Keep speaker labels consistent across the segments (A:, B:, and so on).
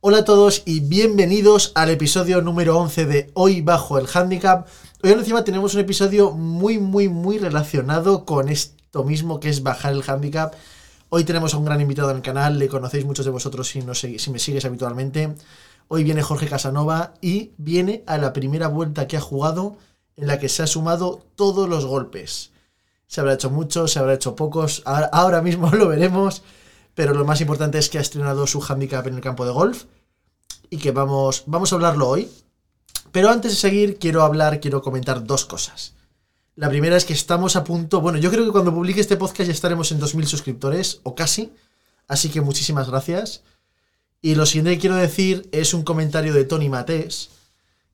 A: Hola a todos y bienvenidos al episodio número 11 de Hoy Bajo el Handicap. Hoy encima tenemos un episodio muy, muy, muy relacionado con esto mismo que es bajar el handicap. Hoy tenemos a un gran invitado en el canal, le conocéis muchos de vosotros si, no segui- si me sigues habitualmente. Hoy viene Jorge Casanova y viene a la primera vuelta que ha jugado en la que se ha sumado todos los golpes. Se habrá hecho muchos, se habrá hecho pocos, ahora- ahora mismo lo veremos, pero lo más importante es que ha estrenado su handicap en el campo de golf y que vamos, vamos a hablarlo hoy. Pero antes de seguir, quiero hablar, quiero comentar dos cosas. La primera es que estamos a punto, bueno, yo creo que cuando publique este podcast ya estaremos en 2.000 suscriptores, o casi, así que muchísimas gracias. Y lo siguiente que quiero decir es un comentario de Tony Matés,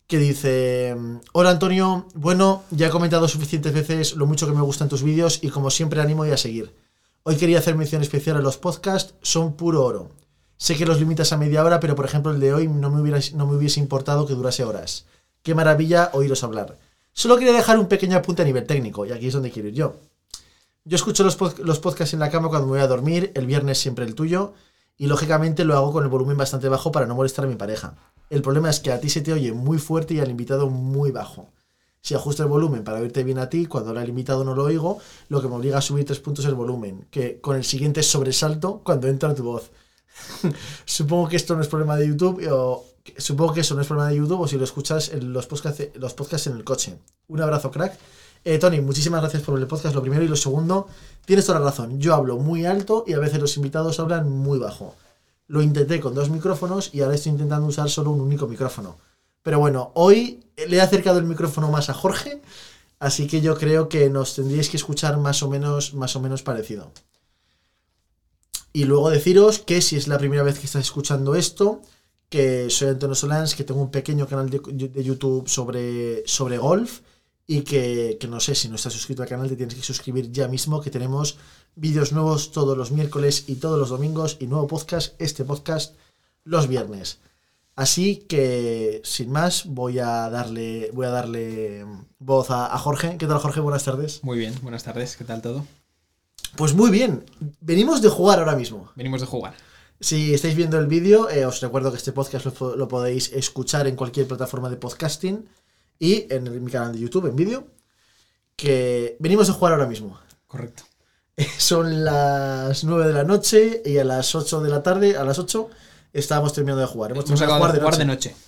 A: que dice, hola Antonio, bueno, ya he comentado suficientes veces lo mucho que me gustan tus vídeos y como siempre animo y a seguir. Hoy quería hacer mención especial a los podcasts, son puro oro. Sé que los limitas a media hora, pero por ejemplo el de hoy no me, hubiera- no me hubiese importado que durase horas. Qué maravilla oíros hablar. Solo quería dejar un pequeño apunte a nivel técnico, y aquí es donde quiero ir yo. Yo escucho los, pod- los podcasts en la cama cuando me voy a dormir, el viernes siempre el tuyo, y lógicamente lo hago con el volumen bastante bajo para no molestar a mi pareja. El problema es que a ti se te oye muy fuerte y al invitado muy bajo. Si ajusto el volumen para oírte bien a ti, cuando ahora el invitado no lo oigo, lo que me obliga a subir tres puntos el volumen, que con el siguiente sobresalto cuando entra tu voz. Supongo que esto no es problema de YouTube o supongo que eso no es problema de YouTube o si lo escuchas en los podcasts los podcasts en el coche. Un abrazo, crack. Eh, Tony, muchísimas gracias por el podcast, lo primero y lo segundo. Tienes toda la razón. Yo hablo muy alto y a veces los invitados hablan muy bajo. Lo intenté con dos micrófonos y ahora estoy intentando usar solo un único micrófono. Pero bueno, hoy le he acercado el micrófono más a Jorge, así que yo creo que nos tendríais que escuchar más o menos, más o menos parecido. Y luego deciros que si es la primera vez que estás escuchando esto, que soy Antonio Solans, que tengo un pequeño canal de, de YouTube sobre, sobre golf y que, que no sé, si no estás suscrito al canal te tienes que suscribir ya mismo, que tenemos vídeos nuevos todos los miércoles y todos los domingos y nuevo podcast, este podcast, los viernes. Así que, sin más, voy a darle, voy a darle voz a, a Jorge. ¿Qué tal, Jorge? Buenas tardes.
B: Muy bien, buenas tardes, ¿qué tal todo?
A: Pues muy bien, venimos de jugar ahora mismo.
B: Venimos de jugar.
A: Si estáis viendo el vídeo, eh, os recuerdo que este podcast lo, po- lo podéis escuchar en cualquier plataforma de podcasting y en el- mi canal de YouTube, en vídeo, que venimos a jugar ahora mismo.
B: Correcto.
A: Son las 9 de la noche y a las 8 de la tarde, a las 8, estábamos terminando de jugar. Hemos
B: Hemos
A: terminado
B: acabado de jugar de
A: noche.
B: noche.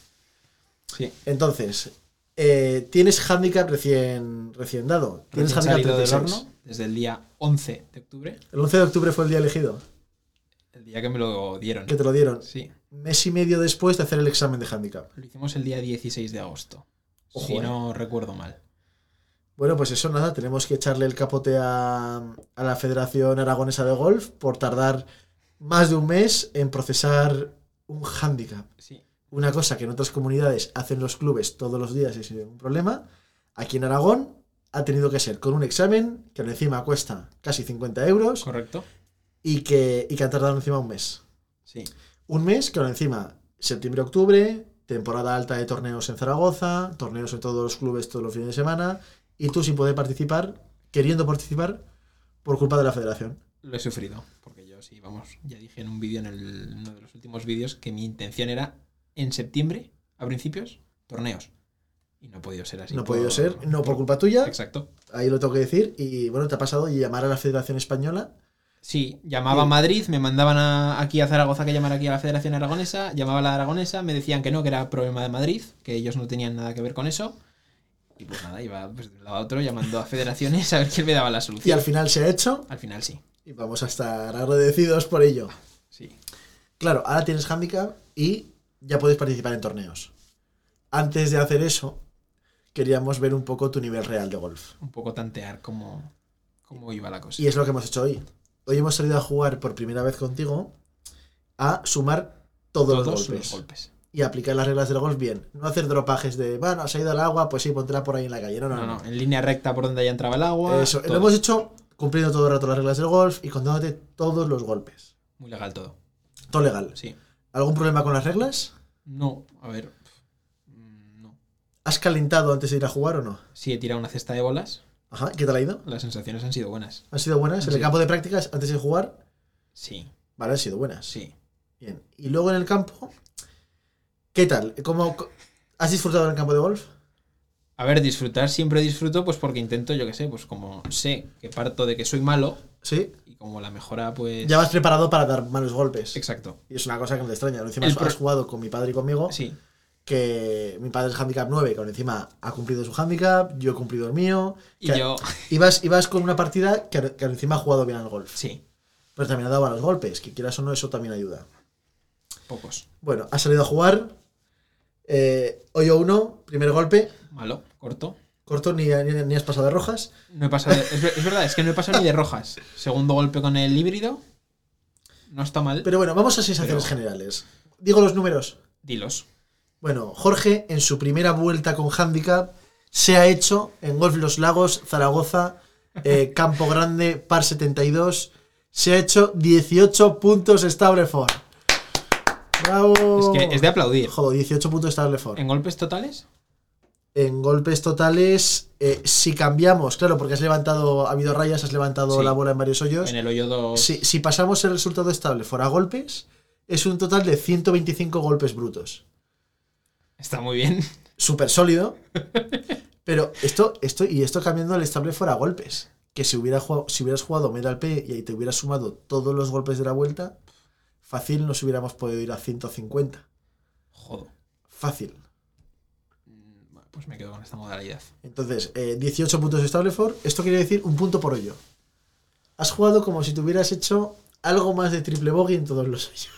B: Sí.
A: Entonces, eh, tienes handicap recién, recién dado. Tienes
B: Recién
A: handicap
B: salido del
A: 36.
B: horno desde el día 11 de octubre,
A: El 11 de octubre fue el día elegido,
B: el día que me lo dieron.
A: que te lo dieron.
B: Sí.
A: Mes y medio después de hacer el examen de handicap.
B: Lo hicimos el día 16 de agosto.
A: Ojo,
B: si
A: eh.
B: no recuerdo mal.
A: Bueno, pues eso nada, tenemos que echarle el capote a, a la Federación Aragonesa de Golf por tardar más de un mes en procesar un handicap.
B: Sí.
A: Una cosa que en otras comunidades hacen los clubes todos los días y sin ningún problema, aquí en Aragón ha tenido que ser con un examen que encima cuesta casi 50 euros
B: Correcto.
A: y que, y que ha tardado encima un mes.
B: Sí.
A: Un mes que ahora encima, septiembre-octubre, temporada alta de torneos en Zaragoza, torneos en todos los clubes todos los fines de semana, y tú sin poder participar, queriendo participar, por culpa de la federación.
B: Lo he sufrido. Porque yo sí, vamos, ya dije en un vídeo, en el- uno de los últimos vídeos, que mi intención era en septiembre, a principios, torneos. Y no ha podido ser así.
A: no ha
B: por-
A: podido ser, no por culpa tuya,
B: Exacto.
A: ahí lo tengo que decir, y bueno, te ha pasado y llamar a la Federación Española.
B: Sí, llamaba
A: Sí.
B: a Madrid, me mandaban a- aquí a Zaragoza que llamara aquí a la Federación Aragonesa, llamaba a la Aragonesa, me decían que no, que era problema de Madrid, que ellos no tenían nada que ver con eso. Y pues nada, iba pues, de un lado a otro llamando a federaciones a ver quién me daba la
A: Y
B: solución.
A: al final se ha hecho,
B: Al final sí,
A: y vamos a estar agradecidos por ello.
B: sí.
A: Claro, ahora tienes handicap y ya puedes participar en torneos. Antes de hacer eso, queríamos ver un poco tu nivel real de golf.
B: Un poco tantear cómo, cómo iba la cosa.
A: Y es lo que hemos hecho hoy. Hoy hemos salido a jugar por primera vez contigo a sumar todos, los golpes y aplicar las reglas del golf bien. No hacer dropajes de, bueno, se ha ido al agua, pues sí, póntela por ahí en la calle. No, no,
B: No,
A: no.
B: no, en línea recta por donde ya entraba el agua.
A: Eso,
B: todo.
A: lo hemos hecho cumpliendo todo el rato las reglas del golf y contándote todos los golpes.
B: Muy legal todo,
A: Todo legal.
B: sí.
A: ¿Algún problema con las reglas?
B: No, a ver. mm, No.
A: ¿Has calentado antes de ir a jugar o no?
B: Sí, he tirado una cesta de bolas,
A: Ajá, ¿qué tal ha ido?
B: las sensaciones han sido buenas.
A: ¿Han sido buenas? ¿En el
B: Sí.
A: campo de prácticas antes de jugar?
B: Sí,
A: Vale, han sido buenas.
B: sí.
A: Bien. Y luego en el campo, ¿Qué tal? ¿Cómo, co- ¿Has disfrutado en el campo de golf?
B: A ver, disfrutar siempre disfruto, pues porque intento, yo qué sé, pues como sé que parto de que soy malo
A: Sí.
B: y como la mejora, pues.
A: Ya vas preparado para dar malos golpes.
B: Exacto.
A: Y es una cosa que no te extraña. Encima
B: El
A: has,
B: pro-
A: has jugado con mi padre y conmigo.
B: Sí.
A: Que mi padre es handicap 9, que aún encima ha cumplido su handicap, yo he cumplido el mío.
B: Y
A: que-
B: yo.
A: Ibas, ibas con una partida que, aún encima ha jugado bien al golf.
B: Sí,
A: Pero también ha dado malos golpes, que quieras o no, eso también ayuda.
B: pocos.
A: Bueno, has salido a jugar. Eh, hoyo 1, primer golpe,
B: Malo, corto.
A: corto, ni, ni- ni has pasado de rojas.
B: No he pasado. de- es, ver- es verdad, es que no he pasado ni de rojas. Segundo golpe con el híbrido. No está mal.
A: Pero bueno, vamos a sensaciones
B: Pero-
A: generales. Digo los números.
B: Dilos.
A: Bueno, Jorge, en su primera vuelta con handicap, se ha hecho en Golf Los Lagos, Zaragoza, eh, Campo Grande, par 72, se ha hecho 18 puntos Stableford.
B: Es
A: ¡Bravo!
B: que es de aplaudir.
A: Joder, 18 puntos Stableford.
B: ¿En golpes totales?
A: En golpes totales, eh, si cambiamos, claro, porque has levantado, ha habido rayas, has levantado
B: Sí.
A: la bola en varios hoyos.
B: En el hoyo 2.
A: Si, si pasamos el resultado Stableford a golpes, es un total de 125 golpes brutos.
B: Está muy bien.
A: súper sólido. Pero esto, esto, y esto cambiando el estable fuera a golpes. Que si, hubiera jugado, si hubieras jugado medal P y ahí te hubieras sumado todos los golpes de la vuelta, fácil nos hubiéramos podido ir a 150.
B: Jodo.
A: Fácil.
B: Mm, bueno, Pues me quedo con esta modalidad.
A: Entonces, eh, 18 puntos de Stableford. Esto quiere decir un punto por hoyo. Has jugado como si te hubieras hecho algo más de triple bogey en todos los hoyos.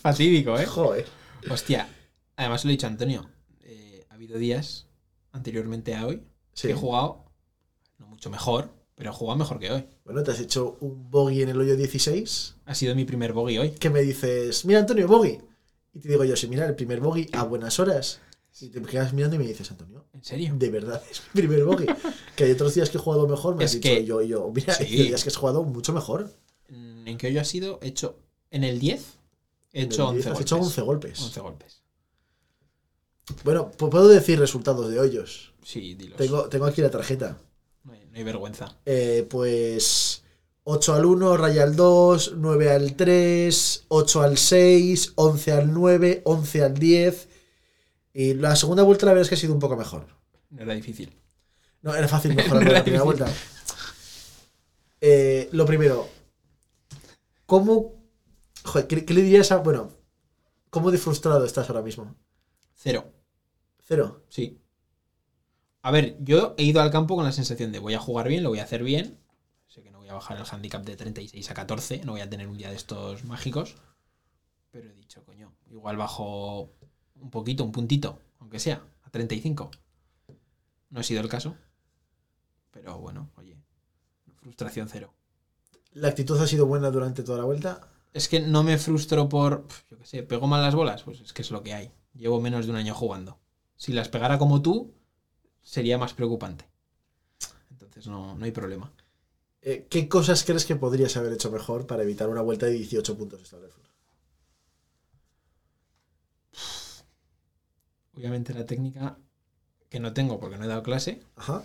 B: Fatídico, ¿eh?
A: Joder.
B: Hostia. Además, lo he dicho a Antonio. eh, ha habido días anteriormente a hoy
A: Sí.
B: que he jugado, no mucho mejor, pero he jugado mejor que hoy.
A: Bueno, te has hecho un bogey en el hoyo 16.
B: Ha sido mi primer bogey hoy.
A: que me dices, mira Antonio, bogey. Y te digo yo, sí, mira, el primer bogey a buenas horas. Y te quedas mirando y me dices, Antonio,
B: ¿En serio?
A: de verdad es mi primer bogey. que hay otros días que he jugado mejor, me has
B: Es
A: dicho
B: que-
A: yo, yo, mira,
B: Sí.
A: hay días que has jugado mucho mejor.
B: Mm, ¿En qué hoyo ha sido? He hecho. ¿En el 10? He hecho
A: Me dices,
B: 11
A: Has
B: golpes.
A: hecho 11 golpes.
B: 11 golpes.
A: Bueno, pues puedo decir resultados de hoyos.
B: Sí, dilos.
A: Tengo, tengo aquí la tarjeta.
B: No, hay, no hay vergüenza.
A: Eh, pues 8 al 1, raya al 2, 9 al 3, 8 al 6, 11 al 9, 11 al 10. Y la segunda vuelta la verdad es que ha sido un poco mejor.
B: No era difícil.
A: No, era fácil mejorar la
B: Era
A: primera
B: difícil.
A: vuelta. Eh, lo primero, ¿cómo. joder, ¿qué, qué le dirías a. Bueno, ¿cómo de frustrado estás ahora mismo?
B: Cero.
A: Cero.
B: Sí. A ver, yo he ido al campo con la sensación de voy a jugar bien, lo voy a hacer bien. Sé que no voy a bajar el handicap de 36 a 14, no voy a tener un día de estos mágicos. Pero he dicho, coño, igual bajo un poquito, un puntito, aunque sea, a 35. No ha sido el caso. Pero bueno, oye, frustración cero.
A: La actitud ha sido buena durante toda la vuelta.
B: Es que no me frustro por, pf, yo qué sé, pego mal las bolas, pues es que es lo que hay. Llevo menos de un año jugando. Si las pegara como tú, sería más preocupante. Entonces no, no hay problema.
A: Eh, ¿Qué cosas crees que podrías haber hecho mejor para evitar una vuelta de 18 puntos esta vez?
B: Obviamente la técnica que no tengo porque no he dado clase.
A: Ajá.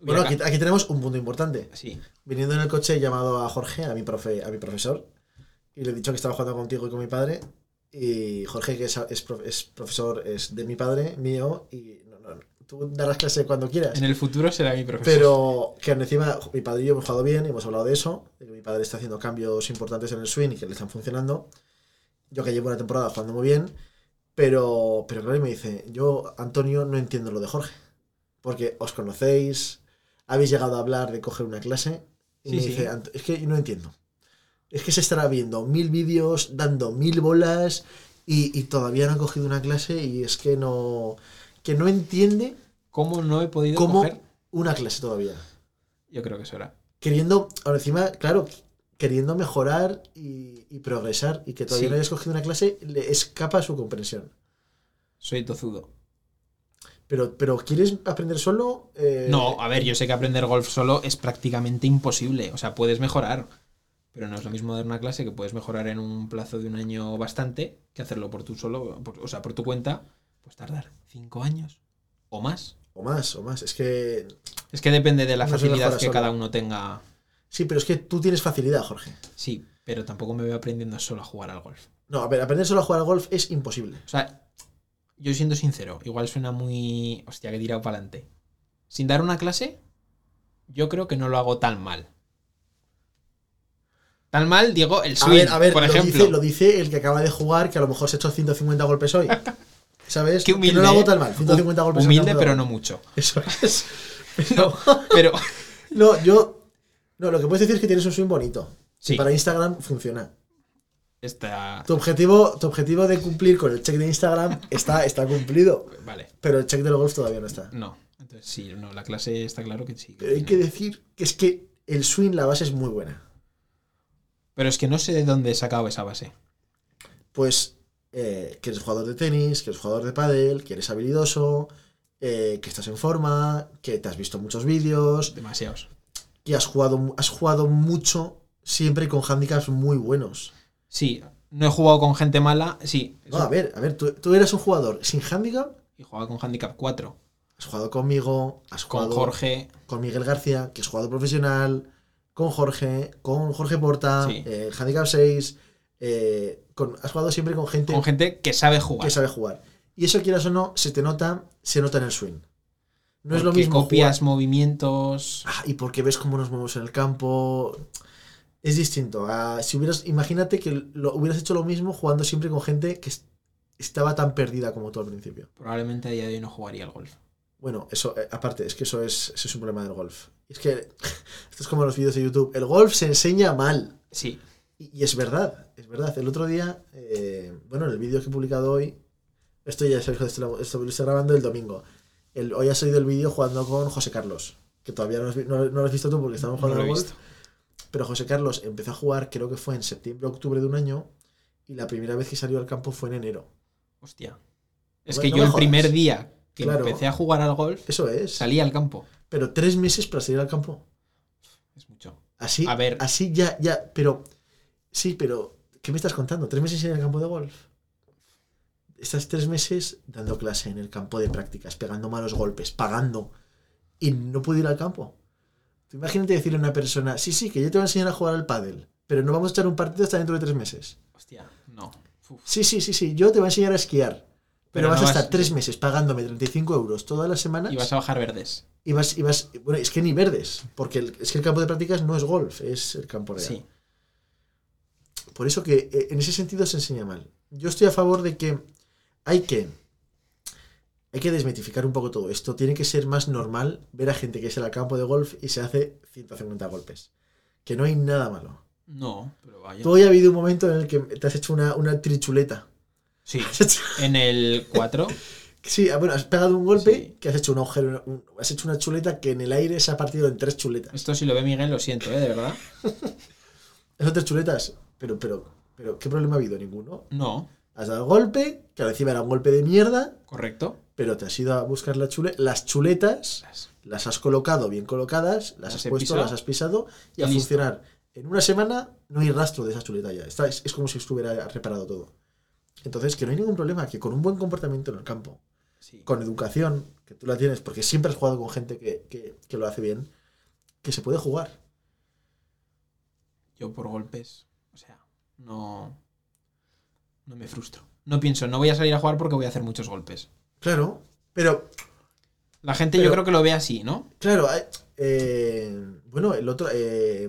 B: hubiera
A: Bueno, aquí,
B: ca-
A: aquí tenemos un punto importante.
B: Sí,
A: Viniendo en el coche he llamado a Jorge, a mi, profe, a mi profesor, y le he dicho que estaba jugando contigo y con mi padre. Y Jorge, que es, es prof- es profesor, es de mi padre, mío, y no, no, no, tú darás clase cuando quieras.
B: en el futuro será mi profesor.
A: Pero que encima mi padre y yo hemos jugado bien, y hemos hablado de eso, de que mi padre está haciendo cambios importantes en el swing y que le están funcionando. Yo que llevo una temporada jugando muy bien, pero, pero claro, y me dice, yo, Antonio, no entiendo lo de Jorge, porque os conocéis, habéis llegado a hablar de coger una clase, y
B: Sí,
A: me
B: sí.
A: dice, "Ant- es que no entiendo. Es que se estará viendo mil vídeos, dando mil bolas, y, y todavía no ha cogido una clase, y es que no, que no entiende
B: ¿Cómo no he podido
A: cómo
B: coger?
A: una clase todavía
B: Yo creo que es hora.
A: queriendo, ahora encima, claro, queriendo mejorar y, y progresar y que todavía
B: Sí.
A: no hayas cogido una clase, le escapa su comprensión.
B: Soy tozudo.
A: Pero, pero ¿quieres aprender solo? Eh,
B: No, a ver, yo sé que aprender golf solo es prácticamente imposible. O sea, puedes mejorar. Pero no es lo mismo dar una clase que puedes mejorar en un plazo de un año bastante que hacerlo por tu solo, por- o sea, por tu cuenta, pues tardar cinco años o más.
A: O más, o más. Es que...
B: Es que depende de la
A: No se
B: facilidad
A: mejora
B: que
A: solo.
B: cada uno tenga.
A: Sí, pero es que tú tienes facilidad, Jorge.
B: Sí, pero tampoco me veo aprendiendo solo a jugar al golf.
A: No, a ver, aprender solo a jugar al golf es imposible.
B: O sea, yo siendo sincero, igual suena muy. Hostia, que he tirado para adelante. Sin dar una clase, yo creo que no lo hago tan mal. Tan mal, digo, el
A: A
B: swing,
A: ver, a ver,
B: por
A: lo,
B: ejemplo.
A: Dice, lo dice el que acaba de jugar, que a lo mejor se ha hecho 150 golpes hoy. ¿Sabes?
B: Qué humilde.
A: Que no lo hago tan
B: ¿eh?
A: mal. 150 golpes
B: Humilde,
A: no lo
B: pero
A: hago.
B: no mucho.
A: Eso es.
B: No, pero.
A: No, yo. No, lo que puedes decir es que tienes un swing bonito.
B: Sí.
A: Para Instagram funciona.
B: Está.
A: Tu objetivo, tu objetivo de cumplir con el check de Instagram está, está cumplido.
B: Vale.
A: Pero el check del golf todavía no está.
B: No. Entonces, sí, no, la clase está claro que sí. que
A: Pero hay
B: no.
A: que decir que es que el swing, la base es muy buena.
B: Pero es que no sé de dónde he sacado esa base.
A: Pues eh, que eres jugador de tenis, que eres jugador de pádel, que eres habilidoso, eh, que estás en forma, que te has visto muchos vídeos,
B: Demasiados.
A: que has jugado, mu- has jugado mucho siempre con handicaps muy buenos.
B: Sí, no he jugado con gente mala. Sí.
A: No,
B: eso.
A: a ver, a ver, tú, tú eras un jugador sin handicap,
B: Y jugaba con Handicap 4.
A: has jugado conmigo, has
B: Con
A: jugado
B: Jorge.
A: con Miguel García, que es jugador profesional, con Jorge, con Jorge Porta,
B: Sí.
A: eh, handicap 6, eh, con- has jugado siempre con gente
B: Con gente que sabe jugar.
A: que sabe jugar. Y eso, quieras o no, se te nota, se nota en el swing. No es lo
B: Porque
A: mismo.
B: copias movimientos.
A: jugar- Ah, y porque ves cómo nos movemos en el campo. Es distinto. a- si hubieras, imagínate que lo, hubieras hecho lo mismo jugando siempre con gente que es- estaba tan perdida como tú al principio.
B: Probablemente a día de hoy no jugaría al golf.
A: Bueno, eso, eh, aparte, es que eso es, eso es un problema del golf. Es que esto es como los vídeos de YouTube. El golf se enseña mal.
B: Sí.
A: Y, y es verdad, es verdad. El otro día, eh, bueno, en el vídeo que he publicado hoy, esto ya sabéis cuando esto, lo- esto lo estoy grabando el domingo. El- hoy ha salido el vídeo jugando con José Carlos, que todavía no lo has, vi- no- no lo has visto tú porque estábamos
B: No
A: jugando
B: lo he
A: al golf,
B: visto.
A: Pero José Carlos empezó a jugar, creo que fue en septiembre o octubre de un año, y la primera vez que salió al campo fue en enero.
B: Hostia. Es
A: No-
B: que
A: no
B: yo
A: me
B: el primer
A: jodas.
B: día que
A: Claro.
B: empecé a jugar al golf
A: Eso es.
B: salí al campo.
A: Pero tres meses para salir al campo.
B: Es mucho.
A: Así,
B: A ver.
A: así ya, ya, pero. Sí, pero. ¿Qué me estás contando? ¿Tres meses en el campo de golf? Estás tres meses dando clase en el campo de prácticas, pegando malos golpes, pagando. Y no puedo ir al campo. Tú imagínate decirle a una persona, sí, sí, que yo te voy a enseñar a jugar al pádel, pero no vamos a echar un partido hasta dentro de tres meses.
B: Hostia, no. Uf.
A: Sí, sí, sí, sí, yo te voy a enseñar a esquiar. Pero,
B: Pero
A: vas
B: no
A: a estar
B: vas-
A: tres meses pagándome 35 euros todas las semanas
B: Y vas a bajar verdes.
A: y vas, y vas- bueno, es que ni verdes, porque el- es que el campo de prácticas no es golf, es el campo real.
B: Sí.
A: Por eso que eh, en ese sentido se enseña mal. Yo estoy a favor de que hay que hay que desmitificar un poco todo esto. Tiene que ser más normal ver a gente que se va al campo de golf y se hace 150 golpes. Que no hay nada malo.
B: No, pero vaya.
A: Tú hoy ha habido un momento en el que te has hecho una, una trichuleta.
B: Sí. En el 4.
A: sí, ah, bueno, has pegado un golpe
B: Sí.
A: que has hecho un agujero, un- has hecho una chuleta que en el aire se ha partido en tres chuletas.
B: Esto si lo ve Miguel, lo siento, ¿eh? De verdad.
A: Esas tres chuletas, pero, pero, pero, ¿qué problema ha habido? Ninguno.
B: No.
A: Has dado golpe, que encima era un golpe de mierda,
B: Correcto.
A: pero te has ido a buscar la chule- las chuletas, las has colocado bien colocadas, las,
B: Las
A: has
B: he
A: puesto,
B: pisado.
A: las has pisado y,
B: Y
A: a
B: listo.
A: funcionar. En una semana no hay rastro de esa chuleta ya. Está, es, es como si estuviera reparado todo. Entonces, que no hay ningún problema, que con un buen comportamiento en el campo,
B: Sí.
A: con educación, que tú la tienes, porque siempre has jugado con gente que, que- que lo hace bien, que se puede jugar.
B: Yo por golpes. O sea, no. No me frustro. No pienso, no voy a salir a jugar porque voy a hacer muchos golpes.
A: Claro, pero
B: La gente yo
A: Pero-
B: creo que lo ve así, ¿no?
A: Claro, eh, eh, bueno, el otro, eh,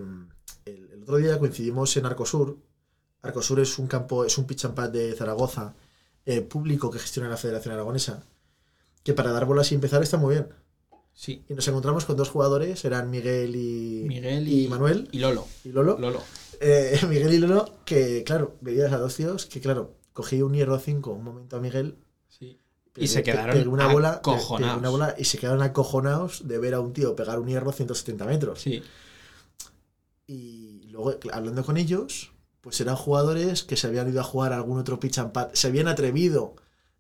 A: el, el otro día coincidimos en Arcosur. Arcosur es un campo, es un pitch and pad de Zaragoza eh, público que gestiona la Federación Aragonesa, que para dar bolas y empezar está muy bien.
B: Sí.
A: Y nos encontramos con dos jugadores, eran Miguel y,
B: Miguel
A: y
B: y,
A: Manuel
B: Y Lolo.
A: y Lolo.
B: Lolo.
A: Eh, Miguel y Lolo, que claro, veías a dos tíos que claro, cogí un hierro 5 un momento a Miguel
B: Sí.
A: Pegué-
B: Y se
A: pe-
B: quedaron
A: pegué una bola, pe- pegué
B: acojonados.
A: una bola y se quedaron acojonados de ver a un tío pegar un hierro 170 metros.
B: Sí.
A: Y luego, cl- hablando con ellos, pues eran jugadores que se habían ido a jugar algún otro pitch and pad, se habían atrevido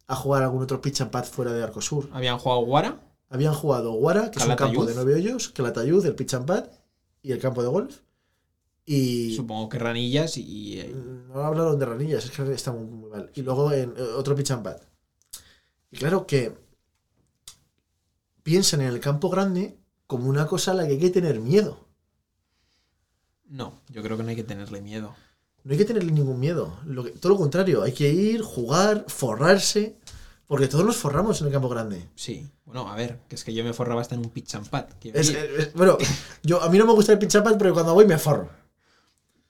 A: a jugar algún otro pitch and pad fuera de Arcosur.
B: Habían jugado Guara.
A: Habían jugado Guara, que es un campo
B: Calatayud.
A: de nueve hoyos, Calatayud, el pitch and pad y el campo de golf. Y
B: Supongo que ranillas y. eh, y-
A: no hablaron de ranillas, es que está muy, muy mal. Y luego en eh, otro pitch and pad. Y claro que piensan en el campo grande como una cosa a la que hay que tener miedo.
B: No, yo creo que no hay que tenerle miedo.
A: No hay que tenerle ningún miedo. Lo que- todo lo contrario, hay que ir, jugar, forrarse. Porque todos nos forramos en el campo grande.
B: Sí. Bueno, a ver, que es que yo me forraba hasta en un pitch and pat. quiero
A: Es-
B: decir.
A: es- bueno, yo, a mí no me gusta el pinchapat, pero cuando voy me forro.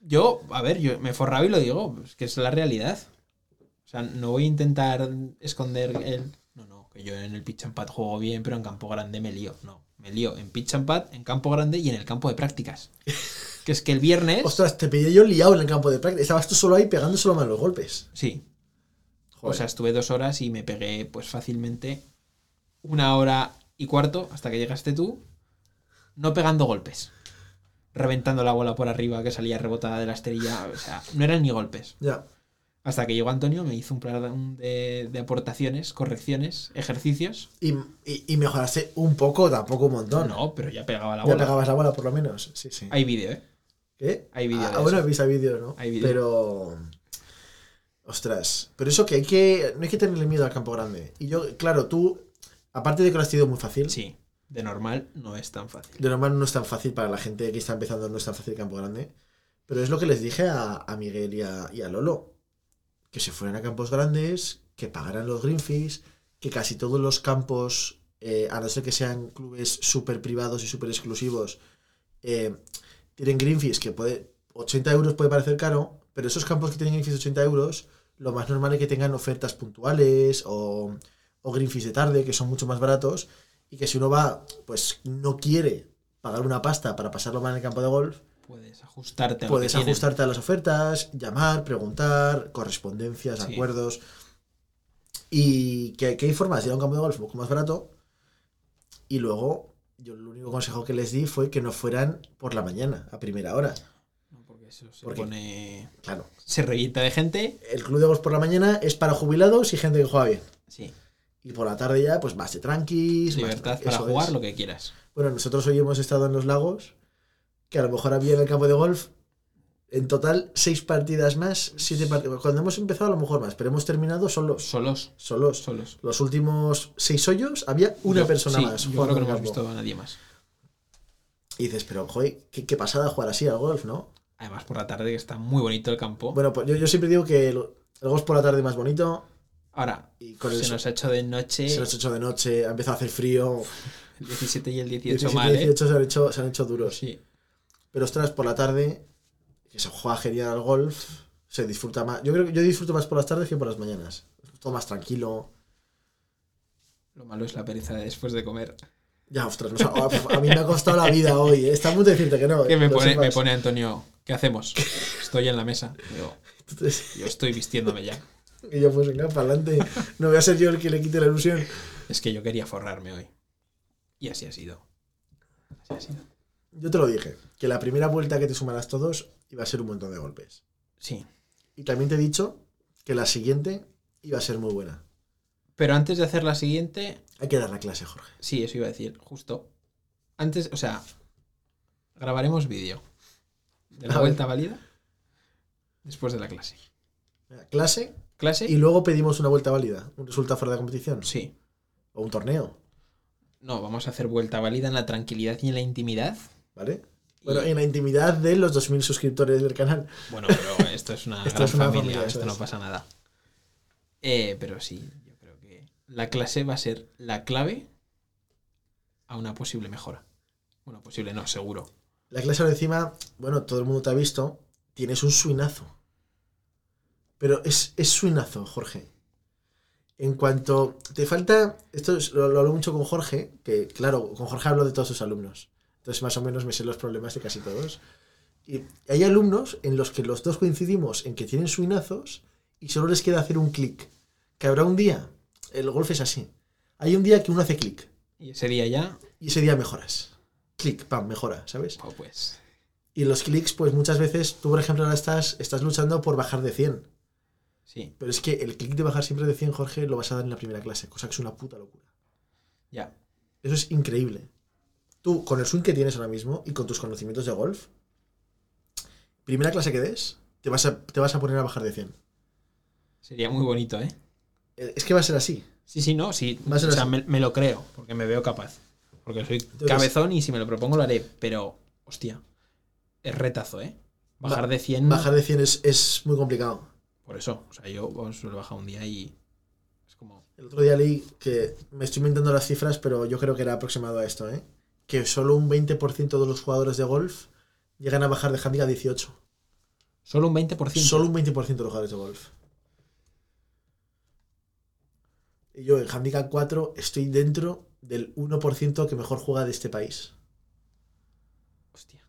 B: Yo, a ver, yo me forraba y lo digo, es que es la realidad. O sea, no voy a intentar esconder el. No, no, que yo en el pitch and pad juego bien, pero en campo grande me lío. No, me lío en pitch and pad, en campo grande y en el campo de prácticas. Que es que el viernes.
A: Ostras, te pillé yo liado en el campo de práctica. Estabas tú solo ahí pegando solo malos golpes.
B: Sí, o
A: Joder.
B: sea, estuve dos horas y me pegué, pues fácilmente, una hora y cuarto hasta que llegaste tú, no pegando golpes. Reventando la bola por arriba que salía rebotada de la esterilla. O sea, no eran ni golpes.
A: ya.
B: Hasta que llegó Antonio, me hizo un plan de, de aportaciones, correcciones, ejercicios.
A: Y, y- y mejoraste un poco, tampoco un montón.
B: No, pero ya pegaba la
A: ya
B: bola.
A: pegabas la bola, por lo menos. Sí, sí.
B: Hay vídeo, ¿eh?
A: ¿Qué?
B: hay vídeo
A: Ah,
B: de
A: bueno,
B: eso.
A: habéis vídeo, ¿no?
B: Hay vídeo.
A: Pero. Ostras. Pero eso que hay que. No hay que tenerle miedo al campo grande. Y yo, claro, tú. Aparte de que lo has tenido muy fácil.
B: Sí, de normal no es tan fácil.
A: De normal no es tan fácil para la gente que está empezando, no es tan fácil Campo Grande. Pero es lo que les dije a, a Miguel y a, y a Lolo. Que se fueran a campos grandes, que pagaran los green fees, que casi todos los campos, eh, a no ser que sean clubes súper privados y súper exclusivos, eh, tienen green fees que puede, 80 euros puede parecer caro, pero esos campos que tienen green fees de 80 euros, lo más normal es que tengan ofertas puntuales o, o green fees de tarde, que son mucho más baratos, y que si uno va, pues no quiere pagar una pasta para pasarlo mal en el campo de golf,
B: Puedes ajustarte a lo
A: puedes
B: que tienen.
A: ajustarte a las ofertas, llamar, preguntar, correspondencias,
B: Sí.
A: acuerdos. Y que, que hay formas de ir a un campo de golf un poco más barato. Y luego, yo el único consejo que les di fue que no fueran por la mañana, a primera hora.
B: No, Porque eso se
A: ¿Por qué?
B: pone.
A: Claro,
B: Se revienta de gente.
A: el club de golf por la mañana es para jubilados y gente que juega bien.
B: Sí.
A: Y por la tarde ya, pues más de tranquis. más
B: Libertad
A: tranqui-
B: para
A: eso
B: jugar
A: es.
B: lo que quieras.
A: Bueno, nosotros hoy hemos estado en los lagos, que a lo mejor había en el campo de golf, en total, seis partidas más, siete partidas. Cuando hemos empezado, a lo mejor más, pero hemos terminado solos.
B: Solos.
A: Solos.
B: Solos.
A: Los últimos seis hoyos había una
B: Yo-
A: persona
B: sí,
A: más
B: Yo creo
A: jugando
B: que
A: en
B: no
A: el
B: hemos
A: campo.
B: visto a nadie más.
A: Y dices, pero joder, qué, qué pasada jugar así al golf, ¿no?
B: Además, por la tarde que está muy bonito el campo.
A: Bueno, pues yo, yo siempre digo que el, el golf por la tarde más bonito,
B: Ahora,
A: y con el
B: se
A: sol-
B: nos ha hecho de noche.
A: se nos ha hecho de noche, ha empezado a hacer frío,
B: El 17 y el 18
A: 18,
B: mal, ¿eh?
A: 18 se, han hecho, se han hecho duros.
B: Sí.
A: Pero ostras, por la tarde, que se juega genial al golf, se disfruta más. Yo creo que yo disfruto más por las tardes que por las mañanas. Todo más tranquilo.
B: Lo malo es la pereza de después de comer.
A: Ya, ostras, no sé, a, a mí me ha costado la vida hoy. eh. Está muy decirte que no.
B: Que me
A: lo
B: pone,
A: sepas.
B: me pone Antonio, ¿qué hacemos? Estoy en la mesa. Digo,
A: Entonces,
B: yo estoy vistiéndome ya.
A: y yo, pues venga, para adelante. No voy a ser yo el que le quite la ilusión.
B: Es que yo quería forrarme hoy. Y así ha sido. Así ha sido.
A: Yo te lo dije, que la primera vuelta que te sumarás todos iba a ser un montón de golpes.
B: Sí.
A: Y también te he dicho que la siguiente iba a ser muy buena.
B: Pero antes de hacer la siguiente,
A: Hay que dar la clase, Jorge.
B: Sí, eso iba a decir, justo. Antes, o sea, grabaremos vídeo de
A: A
B: la
A: ver.
B: vuelta válida después de la clase.
A: Venga, Clase
B: ¿Clase?
A: y luego pedimos una vuelta válida, un resultado fuera de competición
B: Sí.
A: o un torneo,
B: No, vamos a hacer vuelta válida en la tranquilidad y en la intimidad.
A: ¿vale?
B: Y-
A: Bueno, en la intimidad de los 2.000 suscriptores del canal.
B: bueno, pero esto es una
A: Esto
B: gran
A: es una
B: familia,
A: familia, eso
B: esto no
A: es.
B: pasa nada. Eh, pero sí, yo creo que la clase va a ser la clave a una posible mejora. Bueno, posible no, seguro.
A: La clase ahora encima, bueno, todo el mundo te ha visto, tienes un suinazo. Pero es, es suinazo, Jorge. En cuanto te falta, esto es- lo, lo hablo mucho con Jorge, que claro, con Jorge hablo de todos sus alumnos. Entonces más o menos me sé los problemas de casi todos. Y hay alumnos en los que los dos coincidimos en que tienen suinazos y solo les queda hacer un clic. Que habrá un día, el golf es así. Hay un día que uno hace clic
B: Y ese día ya,
A: y ese día mejoras. Clic, pam, mejora, ¿sabes?
B: oh, pues,
A: Y los clics, pues muchas veces, tú por ejemplo ahora estás, estás luchando por bajar de 100.
B: sí,
A: Pero es que el clic de bajar siempre de 100, Jorge, lo vas a dar en la primera clase, cosa que es una puta locura.
B: ya.
A: Eso es increíble. Tú, con el swing que tienes ahora mismo y con tus conocimientos de golf, primera clase que des, te vas a, te vas a poner a bajar de 100.
B: Sería muy bonito, ¿eh?
A: Eh, Es que va a ser así.
B: Sí, sí, no, sí.
A: Va a
B: O
A: ser
B: sea,
A: así.
B: me, me lo creo, porque me veo capaz. Porque soy
A: Entonces-
B: cabezón y si me lo propongo lo haré, pero, hostia, es retazo, ¿eh? Bajar
A: Ba-
B: de 100.
A: Bajar de 100 es, es muy complicado.
B: Por eso. O sea, yo bueno, solo he bajado un día y. Es como.
A: El otro día leí que me estoy inventando las cifras, pero yo creo que era aproximado a esto, ¿eh? Que solo un 20% de los jugadores de golf llegan a bajar de handicap 18.
B: Solo un 20%.
A: Solo un 20% de los jugadores de golf. Y yo en handicap 4 estoy dentro del 1% que mejor juega de este país,
B: Hostia.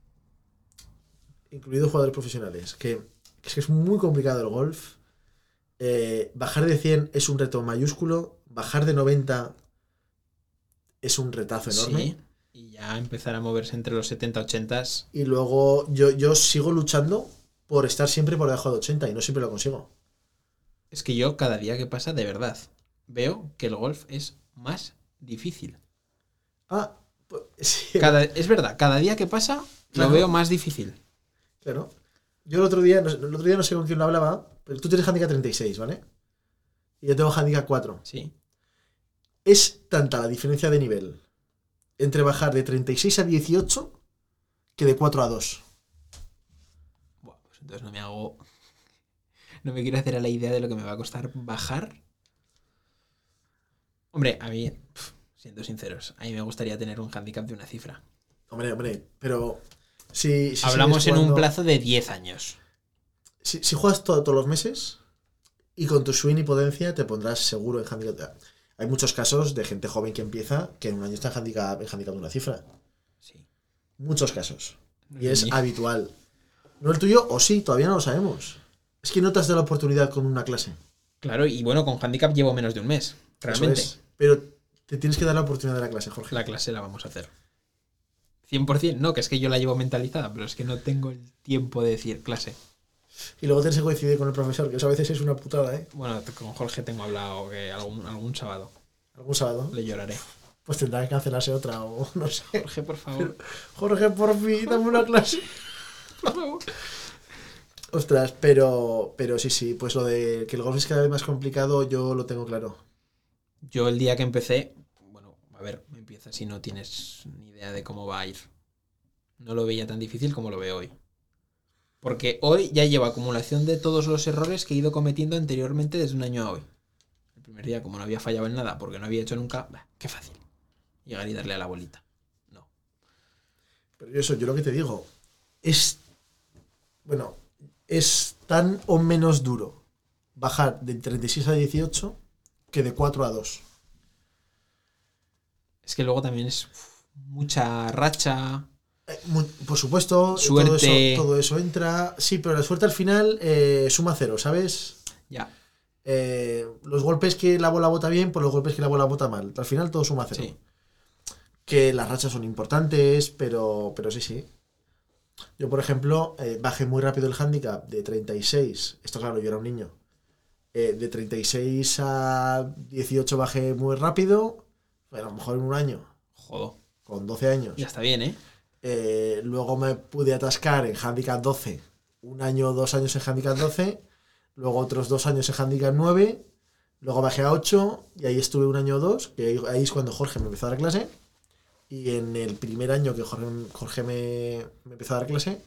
A: incluidos jugadores profesionales. Que es que es muy complicado el golf. Eh, bajar de 100 es un reto mayúsculo. Bajar de 90 es un retazo enorme.
B: Sí. Y ya empezar a moverse entre los 70, 80.
A: Y luego yo, yo sigo luchando por estar siempre por debajo de 80 y no siempre lo consigo.
B: Es que yo cada día que pasa, de verdad, veo que el golf es más difícil.
A: Ah, pues, sí,
B: Cada- es verdad, cada día que pasa lo
A: Claro.
B: veo más difícil.
A: claro. Yo el otro día, no sé- el otro día no sé con quién lo hablaba, pero tú tienes handicap 36, ¿vale? Y yo tengo handicap 4.
B: Sí.
A: Es tanta la diferencia de nivel entre bajar de 36 a 18 que de 4 a 2.
B: Buah, pues entonces no me hago. No me quiero hacer a la idea de lo que me va a costar bajar. Hombre, a mí, pf, siendo sinceros, a mí me gustaría tener un handicap de una cifra.
A: Hombre, hombre, pero si... si
B: Hablamos
A: sigues
B: en un
A: jugando-
B: plazo de 10 años.
A: si, si juegas todo- todos los meses y con tu swing y potencia te pondrás seguro en handicap. Hay muchos casos de gente joven que empieza que en un año está en handicap, en handicap de una cifra.
B: Sí.
A: Muchos casos. Y es
B: Ni-
A: habitual. No el tuyo, o sí, todavía no lo sabemos. Es que no te has dado la oportunidad con una clase.
B: Claro, y bueno, con handicap llevo menos de un mes. Realmente.
A: Eso es. Pero te tienes que dar la oportunidad de la clase, Jorge.
B: La clase la vamos a hacer. 100%, no, que es que yo la llevo mentalizada, pero es que no tengo el tiempo de decir clase.
A: Y luego tienes que coincidir con el profesor, que eso a veces es una putada, ¿eh?
B: Bueno, con Jorge tengo hablado que algún, algún sábado
A: Algún sábado.
B: le lloraré.
A: Pues tendrá que cancelarse otra o no sé.
B: Jorge, por favor.
A: Jorge, por fin, dame una clase.
B: Por favor.
A: Ostras, pero, pero sí, sí, pues lo de que el golf es cada vez más complicado, yo lo tengo claro.
B: Yo el día que empecé, bueno, a ver, empieza si no tienes ni idea de cómo va a ir. No lo veía tan difícil como lo veo hoy. Porque hoy ya llevo acumulación de todos los errores que he ido cometiendo anteriormente desde un año a hoy. El primer día, como no había fallado en nada, porque no había hecho nunca, bah, qué fácil. Llegar y darle a la bolita. No.
A: Pero yo eso, yo lo que te digo, es, bueno, es tan o menos duro bajar de 36 a 18 que de 4 a 2.
B: Es que luego también es uf, mucha racha.
A: Eh, mu- por supuesto, todo
B: Suerte.
A: eso, todo eso entra, sí, pero la suerte al final eh, suma cero, ¿sabes?
B: Ya,
A: Eh, los golpes que la bola bota bien por los golpes que la bola bota mal. Al final todo suma cero.
B: sí.
A: que las rachas son importantes, pero, pero sí, sí. Yo, por ejemplo, eh, bajé muy rápido el handicap de 36. Esto, claro, yo era un niño. Eh, de 36 a 18 bajé muy rápido. Bueno, a lo mejor en un año,
B: Jodo.
A: con 12 años.
B: Ya está bien, ¿eh?
A: Eh, luego me pude atascar en handicap 12. Un año o dos años en handicap 12. Luego otros dos años en handicap 9. Luego bajé a 8 y ahí estuve un año o dos, que ahí- ahí es cuando Jorge me empezó a dar clase. Y en el primer año que Jorge, Jorge me, me empezó a dar clase,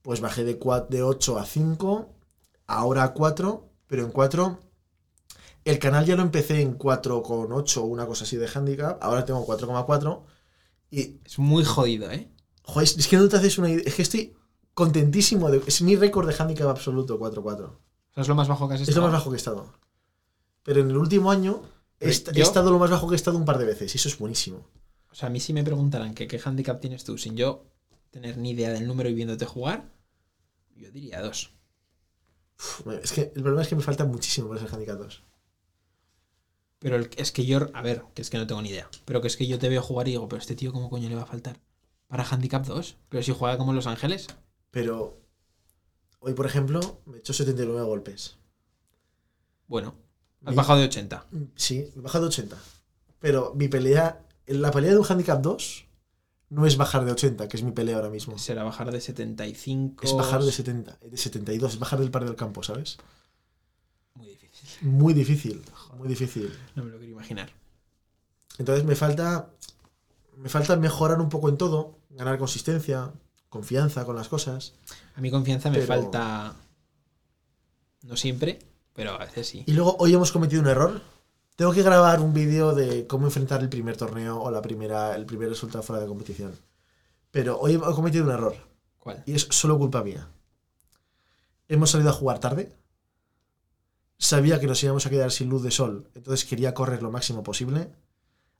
A: pues bajé de, cua- de 8 a 5, ahora a 4, pero en 4 el canal ya lo empecé en 4,8 o una cosa así de handicap, ahora tengo 4,4 y
B: Es muy jodido, ¿eh?
A: Joder, es es que no te haces una idea. Es que estoy contentísimo. de- es mi récord de handicap absoluto, 4-4.
B: O sea, es lo más bajo que has
A: Es lo
B: estado.
A: más bajo que he estado. Pero en el último año he,
B: Pero
A: est- he
B: yo-
A: estado lo más bajo que he estado un par de veces. Y eso es buenísimo.
B: O sea, a mí si me preguntaran que qué handicap tienes tú sin yo tener ni idea del número y viéndote jugar, yo diría dos.
A: Uf, Es que el problema es que me falta muchísimo para ser handicap 2.
B: Pero el- es que yo, a ver, que es que no tengo ni idea, pero que es que yo te veo jugar y digo, pero este tío, ¿cómo coño le va a faltar? ¿Para handicap 2? Pero si juega como en Los Ángeles,
A: Pero hoy, por ejemplo, me he hecho 79 golpes.
B: bueno, has
A: Mi-
B: bajado de 80.
A: Sí, he bajado de 80. Pero mi pelea, la pelea de un handicap 2 no es bajar de 80, que es mi pelea ahora mismo.
B: Será bajar de 75.
A: Es bajar de 70, de 72, es bajar del par del campo, ¿sabes?
B: Muy difícil,
A: Muy difícil, muy difícil.
B: no me lo quiero imaginar.
A: Entonces me falta me falta mejorar un poco en todo, ganar consistencia, confianza con las cosas.
B: A mí confianza me
A: Pero-
B: falta. No siempre, pero a veces sí.
A: Y luego hoy hemos cometido un error. Tengo que grabar un vídeo de cómo enfrentar el primer torneo o la primera, el primer resultado fuera de competición. Pero hoy he cometido un error.
B: ¿Cuál?
A: Y es solo culpa mía. Hemos salido a jugar tarde. Sabía que nos íbamos a quedar sin luz de sol. Entonces quería correr lo máximo posible.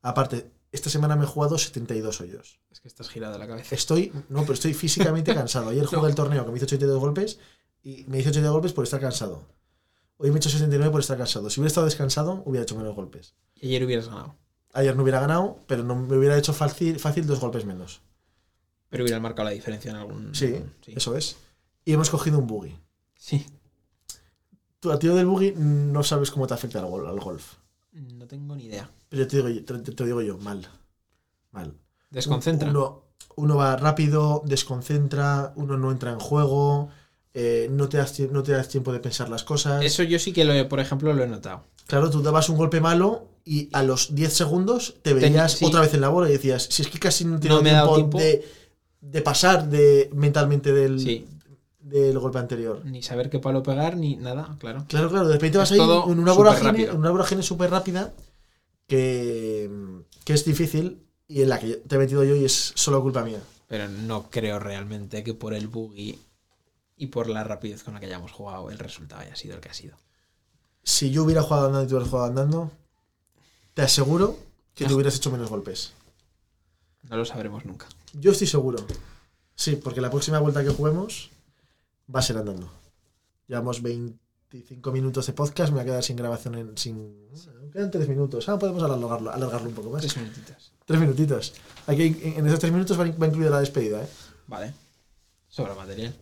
A: Aparte, esta semana me he jugado 72 hoyos.
B: Es que estás girada la cabeza.
A: Estoy, no, pero estoy físicamente cansado. Ayer jugué el torneo que me hizo 82 golpes y me hizo 82 golpes por estar cansado. Hoy me he hecho 69 por estar cansado. Si hubiera estado descansado, hubiera hecho menos golpes.
B: Y ayer hubieras ganado.
A: Ayer no hubiera ganado, pero no me hubiera hecho fácil, fácil dos golpes menos.
B: Pero hubieras marcado la diferencia en algún.
A: Sí,
B: sí.
A: eso es. Y hemos cogido un buggy.
B: Sí.
A: Tú, a tiro del buggy, no sabes cómo te afecta al, gol- al golf.
B: No tengo ni idea.
A: Pero yo te, digo, yo- te, te- te lo digo yo, mal. Mal.
B: Desconcentra.
A: Uno, uno va rápido, desconcentra, uno no entra en juego, eh, no, te das, tie- no te das tiempo de pensar las cosas.
B: Eso yo sí que, lo he- por ejemplo, lo he notado.
A: Claro, tú dabas un golpe malo y a los 10 segundos te veías
B: sí.
A: otra vez en la bola y decías, si es que casi no tiene
B: No me he
A: tiempo,
B: dado
A: De, de pasar de, mentalmente del,
B: Sí.
A: del golpe anterior.
B: Ni saber qué palo pegar, ni nada, claro.
A: Claro, claro, de repente vas
B: Es
A: ahí
B: todo
A: en una
B: súper
A: vorágine,
B: rápido.
A: en una vorágine súper rápida que, que es difícil y en la que yo- te he metido yo y es solo culpa mía.
B: Pero no creo realmente que por el buggy y por la rapidez con la que hayamos jugado el resultado haya sido el que ha sido.
A: Si yo hubiera jugado andando y tú hubieras jugado andando, te aseguro que te hubieras hecho menos golpes.
B: No lo sabremos nunca.
A: Yo estoy seguro. Sí, porque la próxima vuelta que juguemos va a ser andando. Llevamos 25 minutos de podcast, me voy a quedar sin grabación en... Sin, mm, quedan 3 minutos. Ah, podemos alargarlo, alargarlo un poco más.
B: Tres minutitos.
A: 3 minutitos. Aquí, en en esos 3 minutos va in- va incluida la despedida, ¿eh?
B: Vale. Sobra material.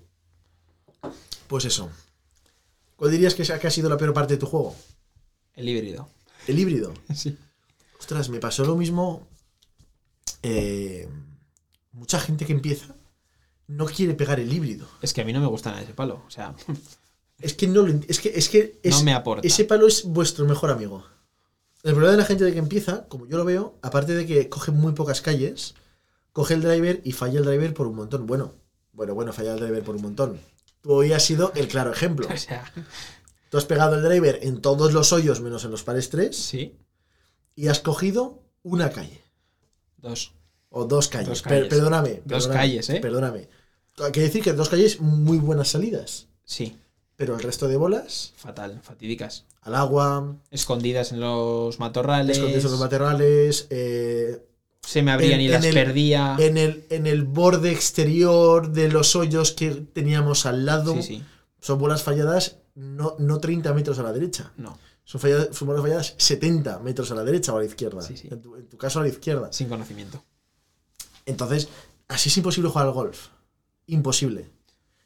A: Pues eso. ¿Cuál dirías que, sea- que ha sido la peor parte de tu juego?
B: El híbrido.
A: El híbrido.
B: Sí.
A: Ostras, me pasó lo mismo. eh, mucha gente que empieza no quiere pegar el híbrido.
B: Es que a mí no me gusta nada ese palo. O sea,
A: Es que no lo ent- es que es que es-
B: no me aporta.
A: ese palo es vuestro mejor amigo. El problema de la gente de que empieza, como yo lo veo, aparte de que coge muy pocas calles, coge el driver y falla el driver por un montón. Bueno, bueno, bueno, falla el driver por un montón. Tú hoy has sido el claro ejemplo.
B: O sea,
A: Tú has pegado el driver en todos los hoyos menos en los pares 3.
B: sí.
A: y has cogido una calle
B: Dos.
A: o dos calles.
B: Dos
A: Per-
B: calles.
A: perdóname,
B: Dos
A: perdóname,
B: calles, ¿eh?
A: Perdóname. Hay que decir que dos calles muy buenas salidas,
B: Sí.
A: pero el resto de bolas
B: Fatal. Fatídicas.
A: al agua,
B: Escondidas en los matorrales.
A: escondidos en los matorrales, eh,
B: Se me abrían
A: En-
B: y las
A: en el-
B: perdía.
A: en el en el borde exterior de los hoyos que teníamos al lado,
B: Sí, sí.
A: son bolas falladas no, no 30 metros a la derecha.
B: No.
A: Son, falla- son bolas falladas 70 metros a la derecha o a la izquierda.
B: Sí, sí.
A: En, tu, en tu caso a la izquierda.
B: Sin conocimiento.
A: Entonces, así es imposible jugar al golf. Imposible.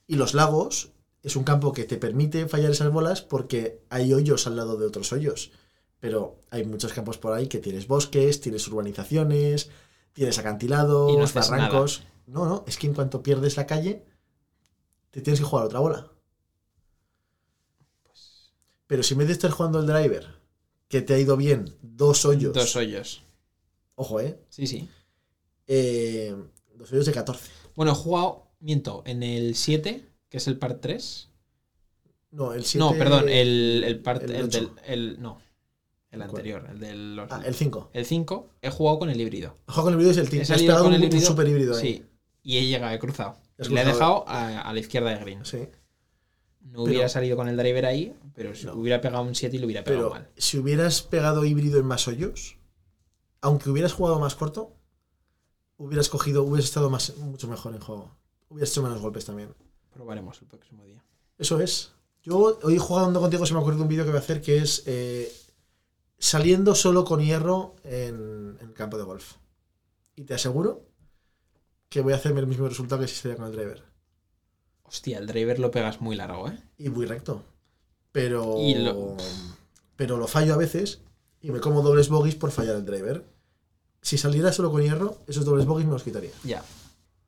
A: Y los lagos es un campo que te permite fallar esas bolas porque hay hoyos al lado de otros hoyos. Pero hay muchos campos por ahí que tienes bosques, tienes urbanizaciones, tienes acantilados,
B: Y no haces
A: barrancos. No, no, es que en cuanto pierdes la calle, te tienes que jugar otra bola. Pero si en vez de estar jugando el driver, que te ha ido bien, dos hoyos.
B: Dos hoyos.
A: Ojo, ¿eh?
B: Sí, sí.
A: eh dos hoyos de 14.
B: Bueno, he jugado, miento, en el 7, que es el par 3.
A: No, el 7.
B: No, perdón, el, el par
A: el
B: el
A: ocho.
B: del. El, no, el
A: ¿Cuál?
B: anterior, el del.
A: Ah, el 5.
B: el 5, he jugado con el híbrido.
A: Ojo con el vídeo, es el 5.
B: He
A: Has
B: salido
A: pegado
B: con
A: un,
B: el
A: un
B: híbrido.
A: super híbrido ¿eh? ahí.
B: Sí, y he llegado, he cruzado.
A: Has
B: Y le he
A: cruzado.
B: dejado a, a la izquierda de Green.
A: Sí.
B: No hubiera
A: Pero-
B: salido con el driver ahí, pero si
A: No.
B: hubiera pegado un 7 y lo hubiera pegado
A: Pero
B: mal.
A: si hubieras pegado híbrido en más hoyos, aunque hubieras jugado más corto, hubieras cogido, hubieras estado más, mucho mejor en juego. Hubieras hecho menos golpes también.
B: Probaremos el próximo día.
A: Eso es. Yo hoy jugando contigo se me ha ocurrido un vídeo que voy a hacer que es eh, saliendo solo con hierro en, en campo de golf. Y te aseguro que voy a hacerme el mismo resultado que si estaría con el driver.
B: Hostia, el driver lo pegas muy largo, ¿eh?
A: y muy recto. Pero,
B: Y lo-
A: pero lo fallo a veces y me como dobles bogies por fallar el driver. Si saliera solo con hierro, esos dobles bogies me los quitaría.
B: Ya.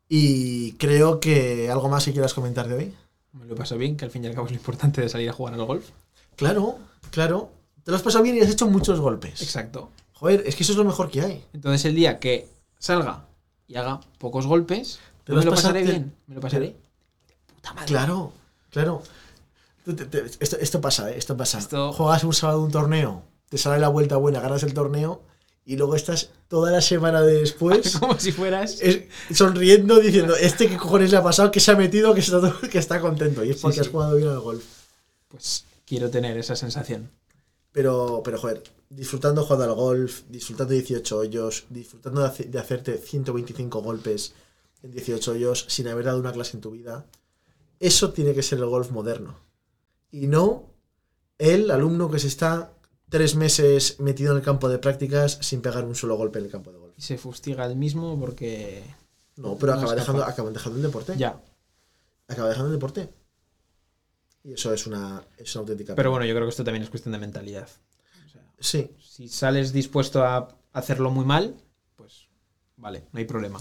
A: Y creo que algo más que quieras comentar de hoy.
B: Me lo paso bien, que al fin y al cabo es lo importante de salir a jugar al golf.
A: Claro, claro. Te lo has pasado bien y has hecho muchos golpes.
B: Exacto.
A: Joder, es que eso es lo mejor que hay.
B: Entonces el día que salga y haga pocos golpes,
A: Te
B: Yo me
A: has
B: lo
A: pasado-
B: pasaré
A: te-
B: bien. Me lo pasaré. Puta madre.
A: Claro, claro. Tú te- te- esto, esto pasa, ¿eh? esto pasa.
B: Esto-
A: Juegas un sábado un torneo, te sale la vuelta buena, ganas el torneo y luego estás toda la semana de después
B: Como si fueras.
A: es- sonriendo diciendo, este que cojones le ha pasado, que se ha metido, que está, que está contento. Y es
B: Sí,
A: porque
B: sí.
A: has jugado bien al golf.
B: Pues quiero tener esa sensación.
A: Pero, pero joder, disfrutando jugando al golf, disfrutando 18 hoyos, disfrutando de, hace- de hacerte 125 golpes en 18 hoyos sin haber dado una clase en tu vida, eso tiene que ser el golf moderno. Y no el alumno que se está tres meses metido en el campo de prácticas sin pegar un solo golpe en el campo de golf.
B: Y se fustiga el mismo porque.
A: No, pero
B: No
A: acaba
B: es
A: dejando,
B: capaz.
A: acaba dejando el deporte.
B: Ya.
A: Acaba dejando el deporte. Y eso es una, es una auténtica...
B: Pero bueno, yo creo que esto también es cuestión de mentalidad. O sea,
A: Sí,
B: si sales dispuesto a hacerlo muy mal, pues vale, no hay problema.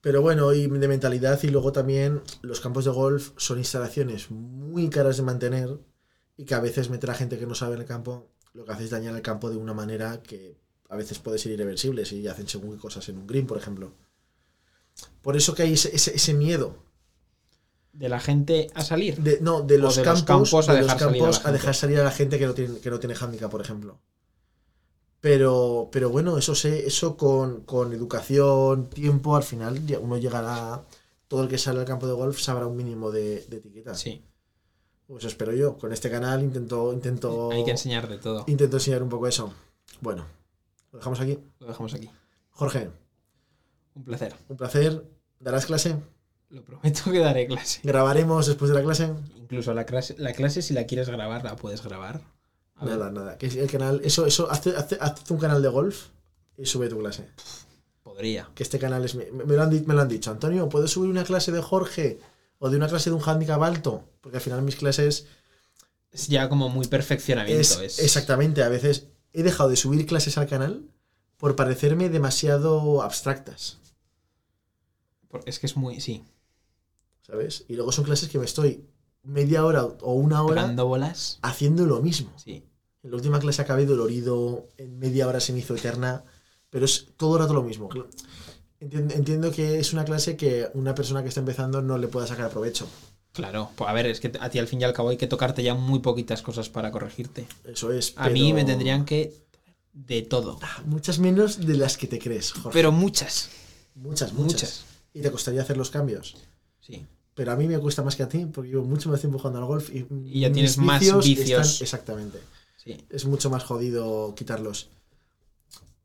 A: Pero bueno, y de mentalidad, y luego también los campos de golf son instalaciones muy caras de mantener y que a veces meter a gente que no sabe en el campo, lo que hace es dañar el campo de una manera que a veces puede ser irreversible si hacen según qué cosas en un green, por ejemplo. Por eso que hay ese, ese- ese miedo
B: De la gente a salir.
A: de, no, de,
B: O
A: los,
B: de los
A: campos,
B: campos a
A: de los
B: dejar salir a la
A: campos a,
B: gente.
A: dejar salir a la gente que no tiene, que no tiene handicap, por ejemplo. Pero, pero bueno, eso se, eso con, con educación, tiempo, al final ya uno llegará. Todo el que sale al campo de golf sabrá un mínimo de, de etiquetas.
B: Sí,
A: Pues eso espero yo. Con este canal intento, intento,
B: hay que enseñar de todo.
A: intento enseñar un poco eso. Bueno, lo dejamos aquí.
B: Lo dejamos aquí.
A: Jorge,
B: Un placer.
A: un placer. ¿Darás clase?
B: Lo prometo que daré clase.
A: ¿Grabaremos después de la clase?
B: Incluso la clase, la clase si la quieres grabar, la puedes grabar. A ver,
A: Nada, nada. Que el canal, eso, eso, hazte, hazte- hazte un canal de golf y sube tu clase.
B: podría.
A: Que este canal es. mi- Me, me lo, han, di- me lo han dicho, Antonio, ¿puedes subir una clase de Jorge o de una clase de un handicap alto? Porque al final mis clases
B: Es ya como muy
A: es,
B: perfeccionamiento. Es,
A: exactamente. A veces he dejado de subir clases al canal por parecerme demasiado abstractas,
B: por- es que es muy, sí.
A: ¿sabes? Y luego son clases que me estoy media hora o una hora
B: Pegando bolas.
A: haciendo lo mismo.
B: Sí.
A: En la última clase acabé dolorido, en media hora se me hizo eterna, pero es todo el rato lo mismo. Cl- Entien- Entiendo que es una clase que una persona que está empezando no le pueda sacar provecho.
B: Claro, pues a ver, es que a ti al fin y al cabo hay que tocarte ya muy poquitas cosas para corregirte.
A: Eso es.
B: A mí
A: pero- Ah,
B: me tendrían que de todo.
A: Muchas menos de las que te crees, Jorge.
B: Pero muchas,
A: muchas, muchas,
B: muchas.
A: Y te costaría hacer los cambios.
B: Sí.
A: Pero a mí me cuesta más que a ti, porque llevo mucho más tiempo jugando al golf y,
B: Y ya tienes más vicios.
A: exactamente.
B: Sí.
A: es mucho más jodido quitarlos.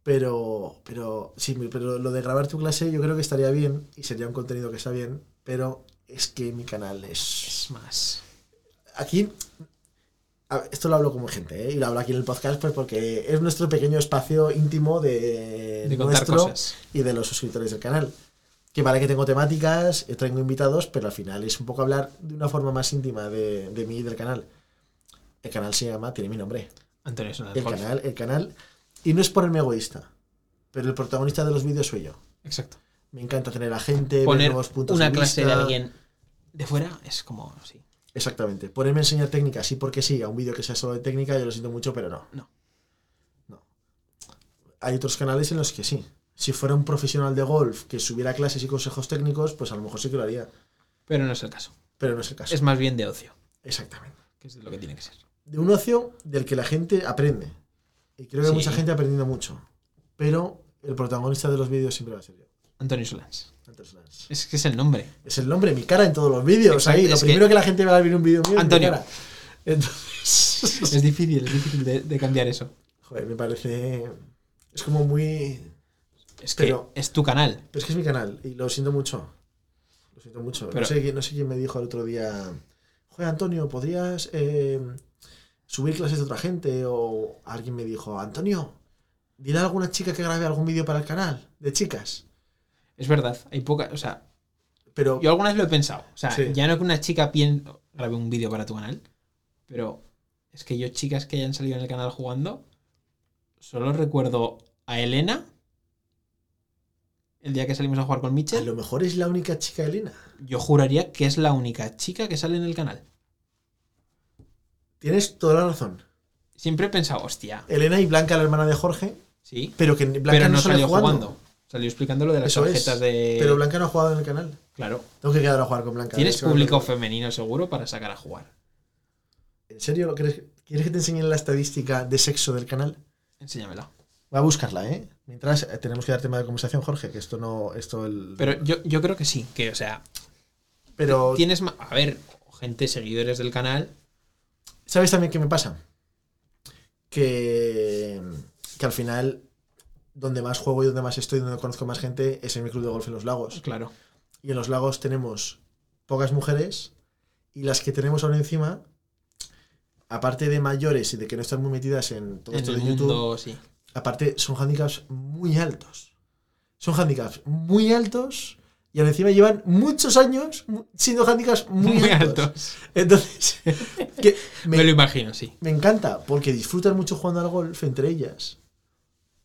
A: Pero, pero, sí, pero lo de grabar tu clase yo creo que estaría bien y sería un contenido que está bien, pero es que mi canal es...
B: Es más.
A: Aquí, a- esto lo hablo como gente, ¿eh? y lo hablo aquí en el podcast, pues porque es nuestro pequeño espacio íntimo de,
B: De contar
A: nuestro
B: cosas.
A: y de los suscriptores del canal. Que vale que tengo temáticas, eh, traigo invitados, pero al final es un poco hablar de una forma más íntima de, de mí y del canal. El canal se llama, tiene mi nombre,
B: Antonio Sonar
A: el
B: Golf.
A: canal, el canal. Y no es ponerme egoísta, pero el protagonista de los vídeos soy yo.
B: Exacto.
A: Me encanta tener a gente, ver
B: Poner
A: nuevos puntos
B: una
A: de
B: clase de
A: vista.
B: alguien de fuera es como, sí.
A: Exactamente. Ponerme a enseñar técnicas, sí, porque sí, a un vídeo que sea solo de técnica, yo lo siento mucho, pero no.
B: No.
A: No. Hay otros canales en los que sí. Si fuera un profesional de golf que subiera clases y consejos técnicos, pues a lo mejor sí que lo haría,
B: Pero no es el caso.
A: pero no es el caso.
B: Es más bien de ocio,
A: Exactamente.
B: que es lo que tiene que ser.
A: De un ocio del que la gente aprende. Y creo que
B: Sí.
A: mucha gente ha aprendido mucho. Pero el protagonista de los vídeos siempre va a ser yo.
B: Antonio Solans.
A: Antes las-
B: Es que es el nombre.
A: Es el nombre, mi cara en todos los vídeos.
B: Exacto,
A: Ahí, lo
B: es que-
A: primero que... la gente va a ver un vídeo mío. es mi
B: Antonio.
A: cara. Entonces,
B: Es difícil, es difícil de, de cambiar eso.
A: joder, me parece. Es como muy.
B: Es que
A: Pero-
B: es tu canal.
A: Pero es que es mi canal y lo siento mucho. Lo siento mucho.
B: Pero-
A: No, sé, quién- no sé quién me dijo el otro día. Joder, Antonio, ¿podrías eh, subir clases de otra gente? O alguien me dijo, Antonio, dile a alguna chica que grabe algún vídeo para el canal de chicas.
B: Es verdad, hay poca, o sea,
A: Pero
B: yo alguna vez lo he pensado, o sea,
A: Sí.
B: ya no que una chica pien- grabe un vídeo para tu canal, pero es que yo chicas que hayan salido en el canal jugando, solo recuerdo a Elena el día que salimos a jugar con
A: a
B: Mitchell,
A: lo mejor es la única chica Elena.
B: yo juraría que es la única chica que sale en el canal.
A: Tienes toda la razón.
B: Siempre he pensado, hostia,
A: Elena y Blanca, la hermana de Jorge,
B: sí,
A: pero que Blanca
B: pero
A: no,
B: no
A: sale
B: salió
A: jugando.
B: jugando. Salió explicando lo de las
A: Eso es.
B: tarjetas de.
A: Pero Blanca no ha jugado en el canal.
B: Claro.
A: Tengo que quedar a jugar con Blanca.
B: Tienes
A: de hecho,
B: público
A: ahora-
B: femenino seguro para sacar a jugar.
A: ¿En serio? ¿Lo quieres, ¿Quieres que te enseñe la estadística de sexo del canal?
B: Enséñamela.
A: Voy a buscarla, ¿eh? Mientras eh, tenemos que dar tema de conversación, Jorge, que esto no. Esto el,
B: Pero yo, yo creo que sí, que, o sea,
A: pero
B: tienes más. A ver, gente, seguidores del canal.
A: ¿Sabes también qué me pasa? Que, que al final, donde más juego y donde más estoy, donde conozco más gente, es en mi club de golf en los lagos.
B: pues Claro.
A: Y en los lagos tenemos pocas mujeres y las que tenemos ahora encima, aparte de mayores y de que no están muy metidas en todo
B: En
A: esto
B: el
A: de YouTube,
B: mundo, sí.
A: aparte son handicaps muy altos. Son handicaps muy altos y ahora encima llevan muchos años mu- siendo handicaps muy,
B: Muy
A: altos.
B: altos.
A: Entonces, que
B: Me...
A: me-
B: lo imagino, sí.
A: me encanta porque disfrutan mucho jugando al golf entre ellas.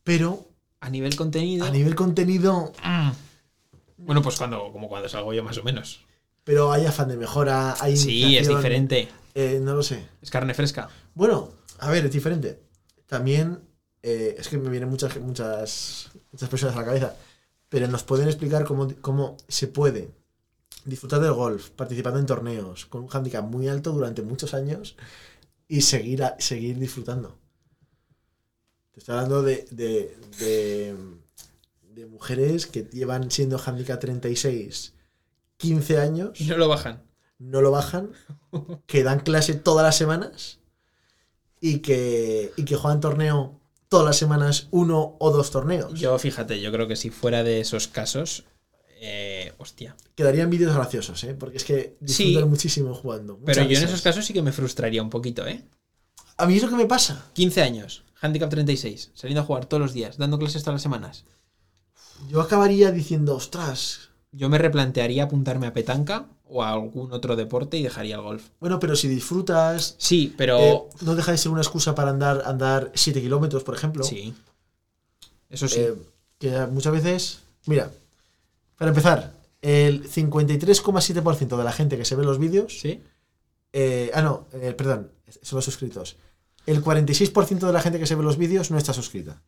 A: Pero
B: A nivel contenido.
A: a nivel contenido,
B: Mm. Bueno, pues cuando, como cuando salgo yo, más o menos.
A: pero hay afán de mejora, hay
B: Sí, es
A: imitación,
B: diferente.
A: eh, no lo sé.
B: Es carne fresca.
A: Bueno, a ver, es diferente. También eh, es que me vienen muchas, muchas, muchas personas a la cabeza, pero nos pueden explicar cómo, cómo se puede disfrutar del golf, participando en torneos, con un handicap muy alto durante muchos años y seguir, a- seguir disfrutando. Te estoy hablando de, de, de, de mujeres que llevan siendo handicap 36 15 años
B: Y no lo bajan.
A: no lo bajan, que dan clase todas las semanas y que, y que juegan torneo todas las semanas uno o dos torneos.
B: Yo, fíjate, yo creo que si fuera de esos casos. eh, hostia.
A: Quedarían vídeos graciosos, ¿eh? porque es que disfrutan
B: Sí.
A: muchísimo jugando. muchas
B: Pero yo en
A: risas.
B: esos casos sí que me frustraría un poquito, ¿eh?
A: A mí es lo que me pasa.
B: 15 años, handicap 36, saliendo a jugar todos los días, dando clases todas las semanas.
A: Yo acabaría diciendo, ostras,
B: Yo me replantearía apuntarme a petanca o a algún otro deporte y dejaría el golf.
A: bueno, pero si disfrutas,
B: Sí, pero...
A: eh, no deja de ser una excusa para andar andar 7 kilómetros, por ejemplo.
B: Sí. Eso sí.
A: Eh, que muchas veces, mira, para empezar, el 53,7% de la gente que se ve los vídeos
B: sí.
A: Eh, ah, no, eh, perdón, son los suscritos. El 46% de la gente que se ve los vídeos no está suscrita.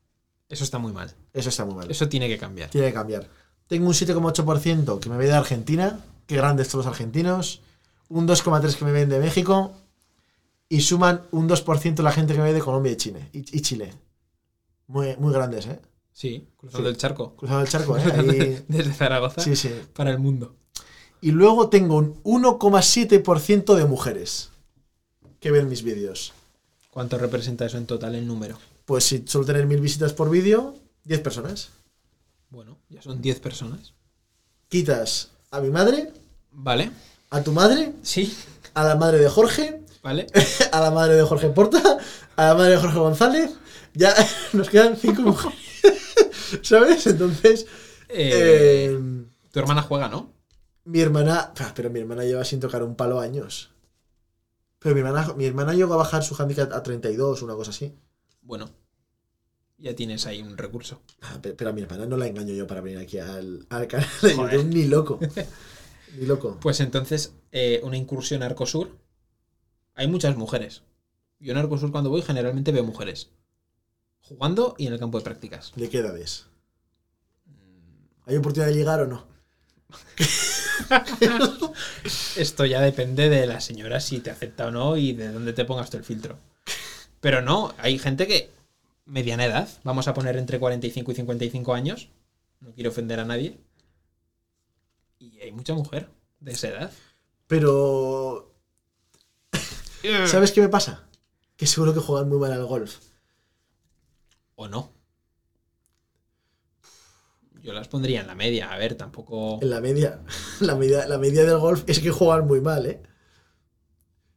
B: Eso está muy mal.
A: Eso está muy mal.
B: Eso tiene que cambiar.
A: Tiene que cambiar. Tengo un 7,8% que me ve de Argentina. Qué grandes todos los argentinos. Un 2,3% que me ven de México. Y suman un 2% la gente que me ve de Colombia y Chile. Y, y Chile. Muy, muy grandes, ¿eh?
B: Sí, cruzando
A: Sí.
B: el charco.
A: Cruzado el charco, ¿eh? Ahí-
B: Desde Zaragoza
A: Sí, sí.
B: para el mundo.
A: Y luego tengo un 1,7% de mujeres que ven mis vídeos.
B: ¿Cuánto representa eso en total en número?
A: Pues si suelo tener mil visitas por vídeo, 10 personas.
B: Bueno, ya son 10 personas.
A: Quitas a mi madre,
B: ¿Vale?
A: a tu madre,
B: Sí.
A: a la madre de Jorge,
B: ¿Vale?
A: a la madre de Jorge Porta, a la madre de Jorge González. Ya nos quedan cinco mujeres. ¿Sabes? Entonces,
B: Eh,
A: eh,
B: Tu hermana juega, ¿no?
A: mi hermana. Ah, Pero mi hermana lleva sin tocar un palo años. Pero mi hermana, mi hermana llegó a bajar su handicap a 32, una cosa así.
B: Bueno. Ya tienes ahí un recurso.
A: Ah, pe- Pero a mi hermana no la engaño yo para venir aquí al, al canal de
B: Joder.
A: YouTube, ni loco. Ni loco.
B: Pues entonces, eh, una incursión a Arcosur. Hay muchas mujeres. Yo en Arcosur cuando voy generalmente veo mujeres. Jugando y en el campo de prácticas.
A: ¿De qué edades? ¿Hay oportunidad de llegar o no?
B: Esto ya depende de la señora si te acepta o no y de dónde te pongas tú el filtro. Pero no, hay gente que mediana edad, vamos a poner entre 45 y 55 años, no quiero ofender a nadie. Y hay mucha mujer de esa edad.
A: Pero.
B: Eh.
A: ¿Sabes qué me pasa? Que seguro que juegan muy mal al golf.
B: ¿O no? Yo las pondría en la media. A ver, tampoco.
A: En la media. La media, la media del golf es que juegan muy mal, ¿eh?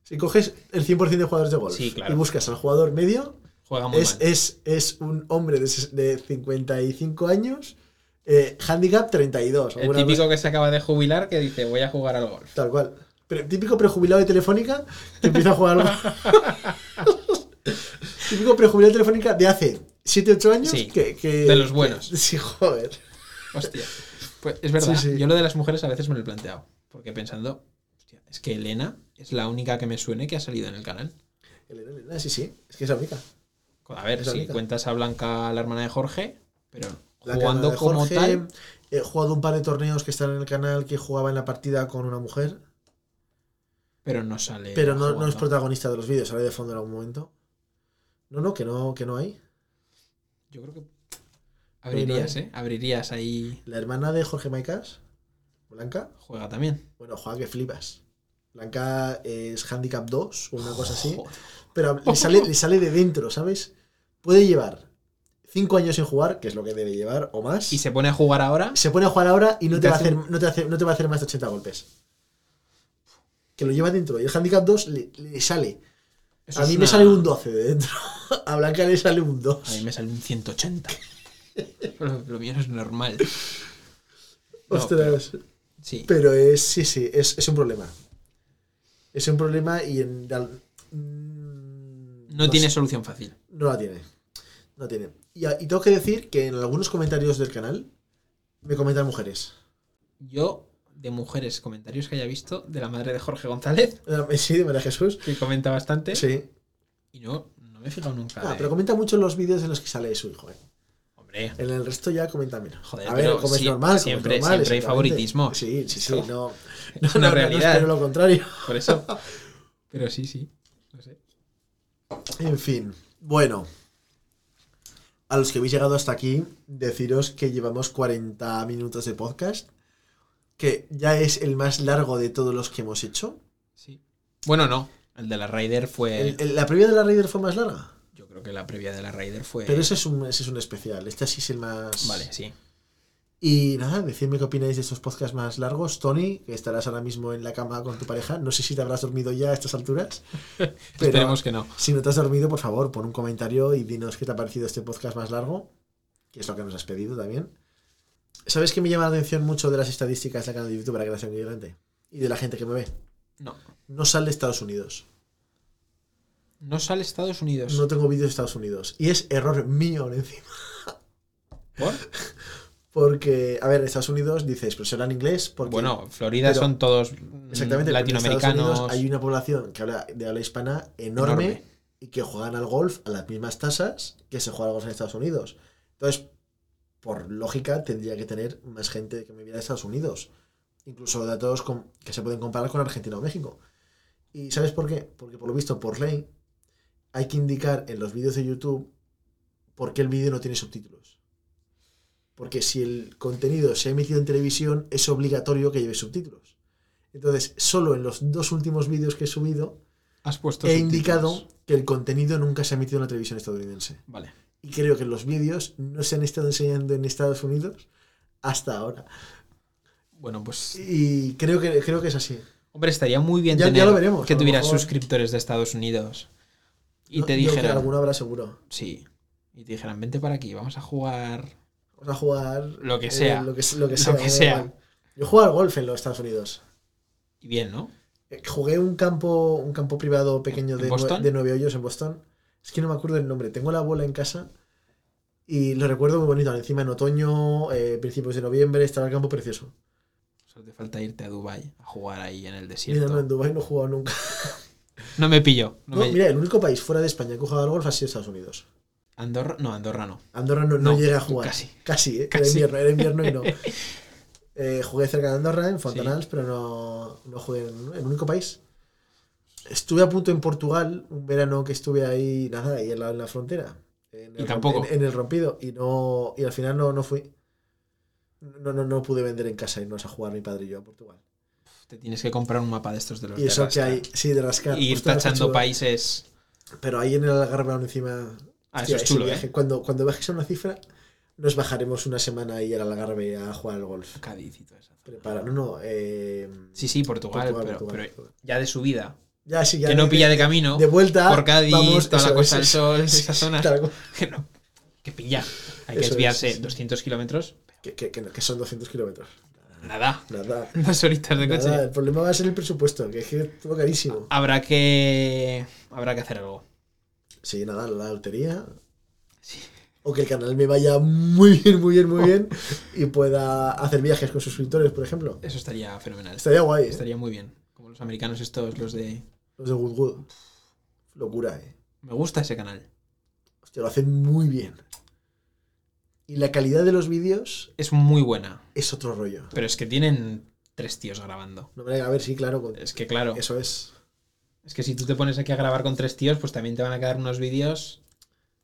A: Si coges el 100% de jugadores de golf
B: Sí, claro.
A: y buscas al jugador medio,
B: Juega muy
A: es,
B: mal.
A: es, es un hombre de, ses- de 55 años, eh, handicap 32.
B: el
A: alguna cosa-
B: típico que se acaba de jubilar que dice voy a jugar al golf.
A: Tal cual. Pero, típico prejubilado de Telefónica que empieza a jugar al golf. típico prejubilado de Telefónica de hace 7-8 años.
B: Sí,
A: que, que-
B: de los buenos.
A: que- sí, joder.
B: Hostia. Pues es verdad.
A: Sí, sí.
B: Yo lo de las mujeres a veces me lo he planteado. Porque pensando, hostia, es que Elena es la única que me suene que ha salido en el canal.
A: Elena, Elena, sí, sí. Es que es amiga.
B: A ver,
A: Es
B: si
A: la única.
B: cuentas a Blanca, la hermana de Jorge, pero
A: La
B: Jugando
A: cara de
B: como
A: Jorge.
B: tal.
A: He jugado un par de torneos que están en el canal que jugaba en la partida con una mujer,
B: Pero no sale.
A: pero no, no es
B: Eh, jugando.
A: protagonista de los vídeos, sale de fondo en algún momento. No, no, que no, que no hay.
B: Yo creo que. Abrirías, ¿eh? Abrirías ahí.
A: La hermana de Jorge Maicas, Blanca,
B: Juega también.
A: bueno, juega que flipas. Blanca es Handicap 2 o una cosa así.
B: Joder.
A: Pero le sale, le sale de dentro, ¿sabes? Puede llevar cinco años sin jugar, que es lo que debe llevar, o más.
B: Y se pone a jugar ahora.
A: se pone a jugar ahora y no
B: Y
A: te,
B: te
A: va, a
B: hace
A: hacer,
B: un-
A: no, te hace- no te va a hacer más de 80 golpes. Que lo lleva dentro. Y el handicap 2 le, le sale.
B: Eso
A: a
B: es
A: mí me
B: una-
A: sale un 12 de dentro. A Blanca le sale un
B: A mí
A: 2.
B: me sale un 180. lo, lo mío es normal. No,
A: Ostras. pero...
B: Sí.
A: es. Sí, sí, es, es un problema. Es un problema y en. al- mm,
B: No
A: sé.
B: tiene solución fácil.
A: No la tiene. No tiene. Y, a- y tengo que decir que en algunos comentarios del canal me comentan mujeres.
B: Yo, de mujeres, comentarios que haya visto de la madre de Jorge González,
A: Eh, Sí, de María Jesús.
B: que comenta bastante.
A: Sí.
B: Y no, no me he fijado nunca.
A: Ah,
B: eh.
A: pero comenta mucho en los vídeos en los que sale su hijo, ¿eh?
B: Hombre,
A: En el resto ya comenta menos.
B: Joder,
A: a ver,
B: pero
A: como es
B: sí,
A: normal, como es normal,
B: siempre- siempre hay
A: exactamente.
B: favoritismo.
A: Sí, sí, sí,
B: Eso
A: no.
B: es
A: no, no,
B: una
A: no
B: realidad.
A: espero lo contrario.
B: por eso. Pero sí, sí. No sé.
A: En fin, bueno. A los que habéis llegado hasta aquí, deciros que llevamos 40 minutos de podcast, que ya es el más largo de todos los que hemos hecho.
B: Sí. Bueno, no. El de la Raider fue.
A: El- el- la previa de la Raider fue más larga,
B: Yo creo que la previa de la Raider fue.
A: pero ese es un, ese es un especial. Este sí es el más.
B: Eh. Vale, sí.
A: Y nada, decidme qué opináis de estos podcasts más largos. Tony, que estarás ahora mismo en la cama con tu pareja. No sé si te habrás dormido ya a estas alturas. Pero
B: Esperemos que no.
A: si no te has dormido, por favor, pon un comentario y dinos qué te ha parecido este podcast más largo, que es lo que nos has pedido también. ¿Sabes que me llama la atención mucho de las estadísticas del canal de YouTube para Creación Migrante? Y de la gente que me ve.
B: No.
A: No sale de Estados Unidos.
B: No sale Estados Unidos.
A: No tengo vídeos de Estados Unidos. Y es error mío encima.
B: ¿Por?
A: Porque, a ver, en Estados Unidos dices, pero será en inglés. Porque
B: Bueno, Florida
A: Pero-
B: son todos mm,
A: Exactamente, porque en Estados
B: latinoamericanos.
A: Unidos hay una población que habla de habla hispana enorme,
B: Enorme.
A: y que juegan al golf a las mismas tasas que se juega al golf en Estados Unidos. Entonces, por lógica, tendría que tener más gente que me viera de Estados Unidos. Incluso datos con- que se pueden comparar con Argentina o México. ¿Y sabes por qué? Porque por lo visto, por ley, hay que indicar en los vídeos de YouTube por qué el vídeo no tiene subtítulos. Porque si el contenido se ha emitido en televisión, es obligatorio que lleve subtítulos. Entonces, solo en los dos últimos vídeos que he subido,
B: Has puesto.
A: he
B: subtítulos.
A: e indicado que el contenido nunca se ha emitido en la televisión estadounidense.
B: Vale.
A: Y creo que los vídeos no se han estado enseñando en Estados Unidos hasta ahora.
B: Bueno, pues.
A: Y creo que, creo que es así.
B: Hombre, estaría muy bien
A: Ya- ya
B: tener
A: lo veremos, a
B: que
A: lo
B: tuvieras
A: mejor.
B: suscriptores de Estados Unidos y
A: No,
B: te
A: yo creo que
B: dijeran.
A: Alguno habrá seguro.
B: Sí. Y te dijeran, vente para aquí, vamos a jugar
A: Vamos a jugar.
B: lo que
A: eh,
B: sea.
A: lo, que, lo que
B: Lo
A: sea.
B: que
A: me da
B: sea.
A: igual. Yo juego al golf en los Estados Unidos.
B: Y bien, ¿no?
A: Eh, Jugué un campo, un campo privado pequeño
B: ¿En
A: de, nue-
B: Boston?
A: de nueve hoyos en Boston. Es que no me acuerdo el nombre. Tengo la bola en casa y lo recuerdo muy bonito. Encima en otoño, eh, principios de noviembre, estaba el campo precioso.
B: Solo te falta irte a Dubai a jugar ahí en
A: Mira,
B: el
A: no,
B: desierto.
A: en Dubái no he jugado nunca.
B: No me pillo. No
A: No,
B: me-
A: Mira, el único país fuera de España que he jugado al golf ha sido Estados Unidos.
B: Andorra, no, Andorra no.
A: Andorra no, no
B: No,
A: llegué a jugar.
B: casi.
A: Casi, ¿eh?
B: Casi.
A: Era invierno, era invierno y no. Eh, jugué cerca de Andorra, en Fontanals, pero no, no jugué en el único país. Estuve a punto en Portugal, un verano que estuve ahí, nada, ahí en la, en la frontera. En
B: Y
A: el
B: tampoco.
A: romp- En, en el rompido. Y no y al final no, no fui. No, no, no pude vender en casa irnos a jugar mi padre y yo a Portugal.
B: Te tienes que comprar un mapa de estos de los
A: Y
B: de
A: eso que
B: rasca.
A: hay, sí, de rascar.
B: Y ir
A: Ostras, qué
B: tachando
A: chulo.
B: países.
A: Pero ahí en el Algarve aún encima
B: Ah,
A: Hostia,
B: eso es
A: ese
B: chulo,
A: viaje,
B: ¿eh?
A: Cuando, cuando bajes a una cifra, nos bajaremos una semana ahí al Algarve a jugar al golf.
B: Cádiz y toda esa zona.
A: Prepara, no, no. eh,
B: Sí, sí, Portugal,
A: Portugal,
B: pero,
A: Portugal,
B: pero
A: Portugal.
B: ya de subida.
A: Ya, sí, ya.
B: que no
A: de-
B: pilla de camino.
A: de vuelta.
B: por Cádiz,
A: vamos,
B: toda la
A: eso,
B: Costa del
A: eso,
B: Sol,
A: eso,
B: esa
A: sí,
B: zona.
A: tal cual.
B: Que no. Que pilla. Hay que
A: Eso es,
B: desviarse
A: sí, sí.
B: 200 kilómetros.
A: Que, que- que no, que son 200 kilómetros.
B: Nada.
A: Nada.
B: Dos horitas de coche.
A: nada, el problema va a ser el presupuesto, que es que es todo carísimo.
B: Habrá que. Habrá que hacer algo.
A: Sí, nada, la lotería.
B: Sí.
A: O que el canal me vaya muy bien, muy bien, muy bien. Y pueda hacer viajes con suscriptores, por ejemplo.
B: Eso estaría fenomenal.
A: Estaría guay. ¿eh?
B: Estaría muy bien. Como los americanos estos, los de.
A: Los de Good Good. Locura, eh.
B: Me gusta ese canal.
A: Hostia, lo hacen muy bien. Y la calidad de los vídeos
B: Es muy buena.
A: es otro rollo.
B: Pero es que tienen tres tíos grabando.
A: No, hombre, a ver, sí, claro. con-
B: Es que claro.
A: Eso es.
B: Es que si tú te pones aquí a grabar con tres tíos, pues también te van a quedar unos vídeos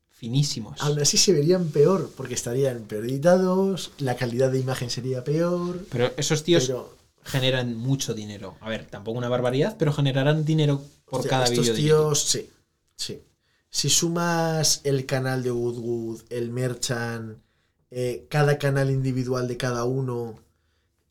B: finísimos.
A: Aún así se verían peor, porque estarían peor editados, la calidad de imagen sería peor.
B: Pero esos tíos
A: pero,
B: generan mucho dinero. A ver, tampoco una barbaridad, pero generarán dinero por
A: hostia,
B: cada
A: estos
B: vídeo. de YouTube.
A: tíos, sí, sí. Si sumas el canal de Woodwood, el Merchant, eh, cada canal individual de cada uno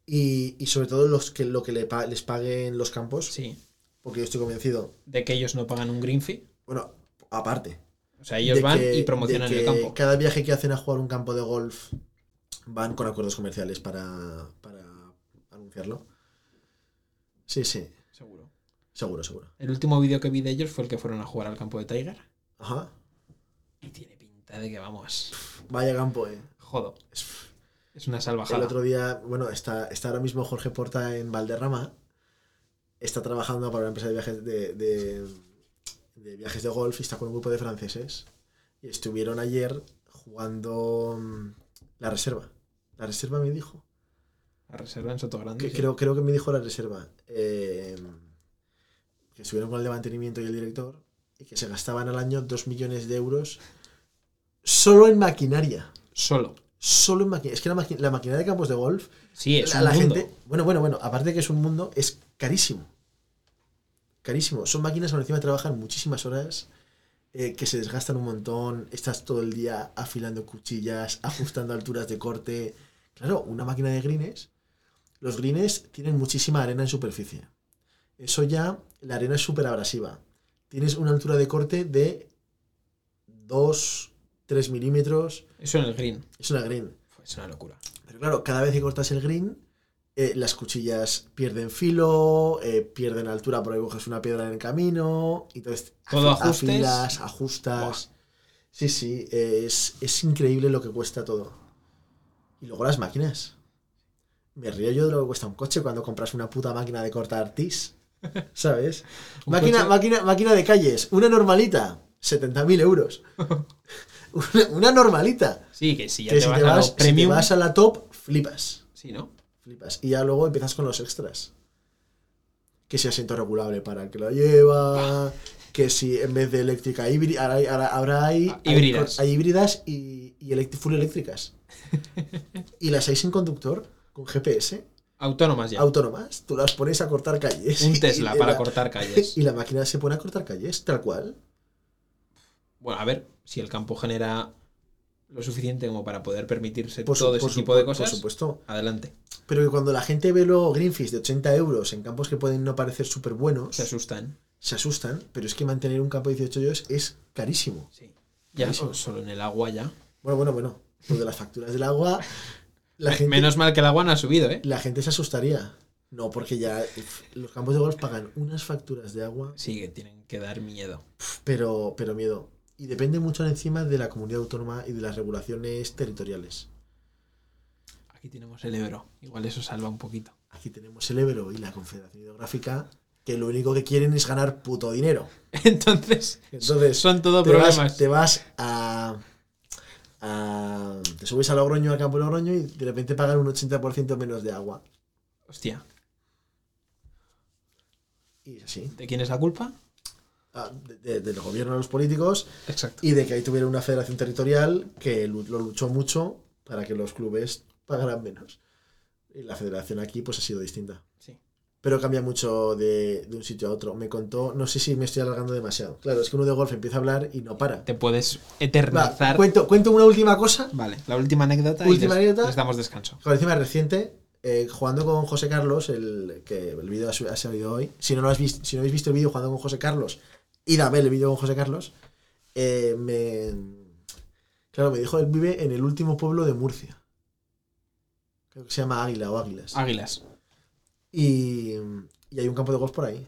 A: y, y sobre todo los que, lo que le pa- les paguen los campos,
B: Sí.
A: porque yo estoy convencido,
B: De que ellos no pagan un green fee.
A: bueno, aparte,
B: O sea, ellos
A: de
B: van
A: que-
B: y promocionan
A: de que
B: el campo.
A: Cada viaje que hacen a jugar un campo de golf van con acuerdos comerciales para, para anunciarlo. Sí, sí,
B: Seguro.
A: seguro, seguro.
B: El último vídeo que vi de ellos fue el que fueron a jugar al campo de Tiger.
A: Ajá.
B: Y tiene pinta de que vamos.
A: Vaya campo, eh.
B: Jodo.
A: Es-
B: Es una
A: El
B: salvajada.
A: otro día, bueno, está, está ahora mismo Jorge Porta en Valderrama. Está trabajando para una empresa de viajes de, de, de viajes de golf y está con un grupo de franceses. Y estuvieron ayer jugando mm, la reserva. La reserva me dijo.
B: A reserva en Soto Grande.
A: Que
B: Ah, sí.
A: creo, creo que me dijo la reserva. eh, que estuvieron con el de mantenimiento y el director y que se gastaban al año 2 millones de euros solo en maquinaria.
B: Solo.
A: Solo en maquinaria. Es que la, maqui- la maquinaria de campos de golf,
B: Sí, es
A: la,
B: un
A: la
B: mundo.
A: gente. Bueno, bueno, bueno. Aparte de que es un mundo, es carísimo. Carísimo. Son máquinas que encima trabajan muchísimas horas. eh, que se desgastan un montón, estás todo el día afilando cuchillas, ajustando alturas de corte. Claro, una máquina de greens, los greens tienen muchísima arena en superficie. Eso ya, la arena es súper abrasiva. Tienes una altura de corte de 2, 3 milímetros,
B: Eso en el green.
A: es una green.
B: Es una locura.
A: Pero claro, cada vez que cortas el green, eh, las cuchillas pierden filo, eh, pierden altura porque coges una piedra en el camino. y Entonces,
B: Todo
A: afi-
B: ajustes.
A: afilas, ajustas. Sí, sí, eh, es, es increíble lo que cuesta todo. Y luego las máquinas. Me río yo de lo que cuesta un coche cuando compras una puta máquina de cortar tis. ¿Sabes?
B: Un
A: Máquina,
B: coche-
A: máquina, máquina de calles, una normalita, 70.000 euros. una, una normalita.
B: Sí, que si ya
A: que
B: te
A: si,
B: vas
A: te
B: a
A: vas,
B: los
A: si te
B: premium.
A: vas a la top, flipas.
B: Sí, ¿no?
A: Flipas. Y ya luego empiezas con los extras. Que si asiento regulable para el que lo lleva. Que si en vez de eléctrica híbrida, ahora, hay- ahora- ahora hay,
B: Ah,
A: hay
B: híbridas.
A: cor- Hay, híbridas y, y electri- full eléctricas. y las hay sin conductor, con GPS,
B: Autónomas ya.
A: autónomas. Tú las pones a cortar calles.
B: Un
A: y-
B: Tesla
A: y
B: para
A: la-
B: cortar calles.
A: Y la máquina se pone a cortar calles, tal cual.
B: Bueno, a ver, si el campo genera lo suficiente como para poder permitirse
A: Por, su-
B: todo ese
A: por su-
B: tipo de
A: por
B: cosas,
A: supuesto.
B: adelante.
A: Pero que cuando la gente ve los Greenfish de 80 euros en campos que pueden no parecer súper buenos,
B: Se asustan.
A: se asustan, pero es que mantener un campo de 18 euros es carísimo.
B: Sí. Ya,
A: Clarísimo.
B: o solo en el agua ya.
A: Bueno, bueno, bueno. Lo de las facturas del agua, la
B: Me-
A: gente,
B: Menos mal que el agua no ha subido, ¿eh?
A: la gente se asustaría. No, porque ya uf, los campos de golf pagan unas facturas de agua,
B: Sí, que tienen que dar miedo.
A: pf, pero, pero miedo. Y depende mucho encima de la comunidad autónoma y de las regulaciones territoriales.
B: Aquí tenemos el Ebro. Igual eso salva un poquito.
A: Aquí tenemos el Ebro y la Confederación Hidrográfica, que lo único que quieren es ganar puto dinero.
B: Entonces,
A: Entonces,
B: son todo
A: te
B: problemas.
A: vas, te vas a, a- Te subes a Logroño, al campo de Logroño y de repente pagan un 80% menos de agua.
B: Hostia,
A: Y es así.
B: ¿de quién es la culpa?
A: Ah, de- de- de los gobiernos a los políticos
B: Exacto.
A: y de que ahí tuviera una federación territorial que lu- lo luchó mucho para que los clubes pagaran menos. Y la federación aquí pues ha sido distinta.
B: Sí.
A: Pero cambia mucho de, de un sitio a otro. Me contó, no sé si me estoy alargando demasiado. Claro, es que uno de golf empieza a hablar y no para.
B: Te puedes
A: Va,
B: eternizar.
A: cuento, cuento una última cosa
B: Vale, la última anécdota
A: Última
B: y les,
A: anécdota.
B: les damos descanso.
A: Con encima reciente, eh, jugando con José Carlos, el que el vídeo ha su- ha salido hoy. Si no, lo has visto, si no habéis visto el vídeo jugando con José Carlos, id a ver el vídeo con José Carlos. eh, me, claro, me dijo, él vive en el último pueblo de Murcia. Creo que se llama Águila o Águilas.
B: Águilas.
A: Y, y hay un campo de golf por ahí.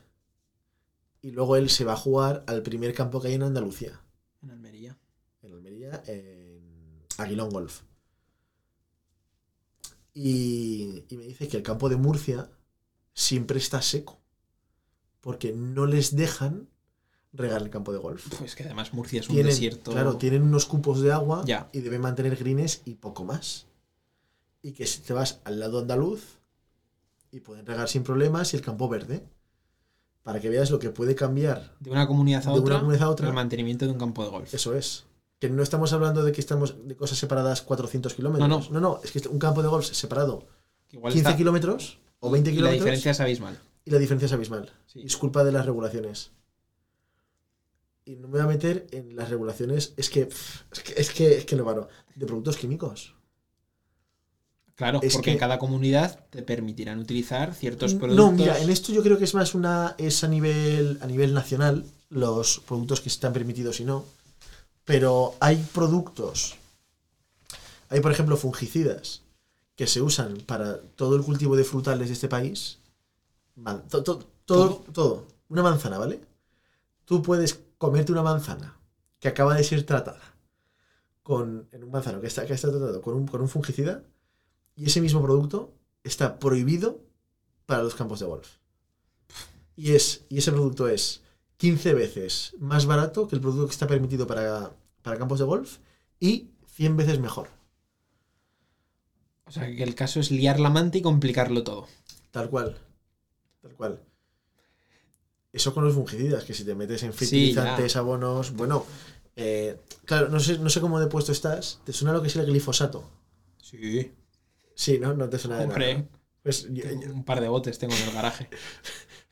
A: Y luego él se va a jugar al primer campo que hay en Andalucía,
B: En Almería.
A: en Almería, en Aguilón Golf. Y, y me dice que el campo de Murcia siempre está seco. Porque no les dejan regar el campo de golf.
B: Pues que además Murcia es un
A: Tienen,
B: desierto.
A: Claro, tienen unos cupos de agua
B: Ya.
A: y deben mantener greens y poco más. Y que si te vas al lado andaluz y pueden regar sin problemas y el campo verde. Para que veas lo que puede cambiar.
B: de una comunidad a
A: De una
B: otra,
A: comunidad a otra.
B: el mantenimiento de un campo de golf.
A: Eso es. Que no estamos hablando de que estamos de cosas separadas 400 kilómetros.
B: No, no.
A: es que un campo de golf separado
B: Que Igual
A: 15
B: está-
A: kilómetros o 20
B: la
A: kilómetros.
B: diferencia es abismal.
A: Y la diferencia es abismal.
B: Sí.
A: Es culpa de las regulaciones. Y no me voy a meter en las regulaciones. Es que pff, es que, es que, es que no paro. De productos químicos.
B: Claro,
A: Es
B: porque
A: que- Mm,
B: en cada comunidad te permitirán utilizar ciertos productos.
A: No, mira, en este- esto yo creo que es más una. es a nivel, a nivel nacional, los productos que están permitidos y no. Pero hay productos. Hay, por ejemplo, fungicidas que se usan para todo el cultivo de frutales de este país. Man- to- to- todo, todo. Una manzana, ¿vale? Tú puedes comerte una manzana que acaba de ser tratada con en un manzano que está, que está tratado con un, con un fungicida y ese mismo producto está prohibido para los campos de golf. Y, es, y ese producto es 15 veces más barato que el producto que está permitido para, para campos de golf y 100 veces mejor,
B: O sea, que el caso es liar la manta y complicarlo todo.
A: tal cual. Tal cual. Eso con los fungicidas, que si te metes en
B: Sí,
A: fertilizantes,
B: ya.
A: abonos, bueno, eh, claro, no sé, no sé cómo de puesto estás, te suena lo que es el glifosato.
B: Sí.
A: Sí, ¿no? No te suena de nada.
B: Hombre,
A: Pues, yo-
B: tengo
A: yo-
B: un par de botes tengo en el garaje.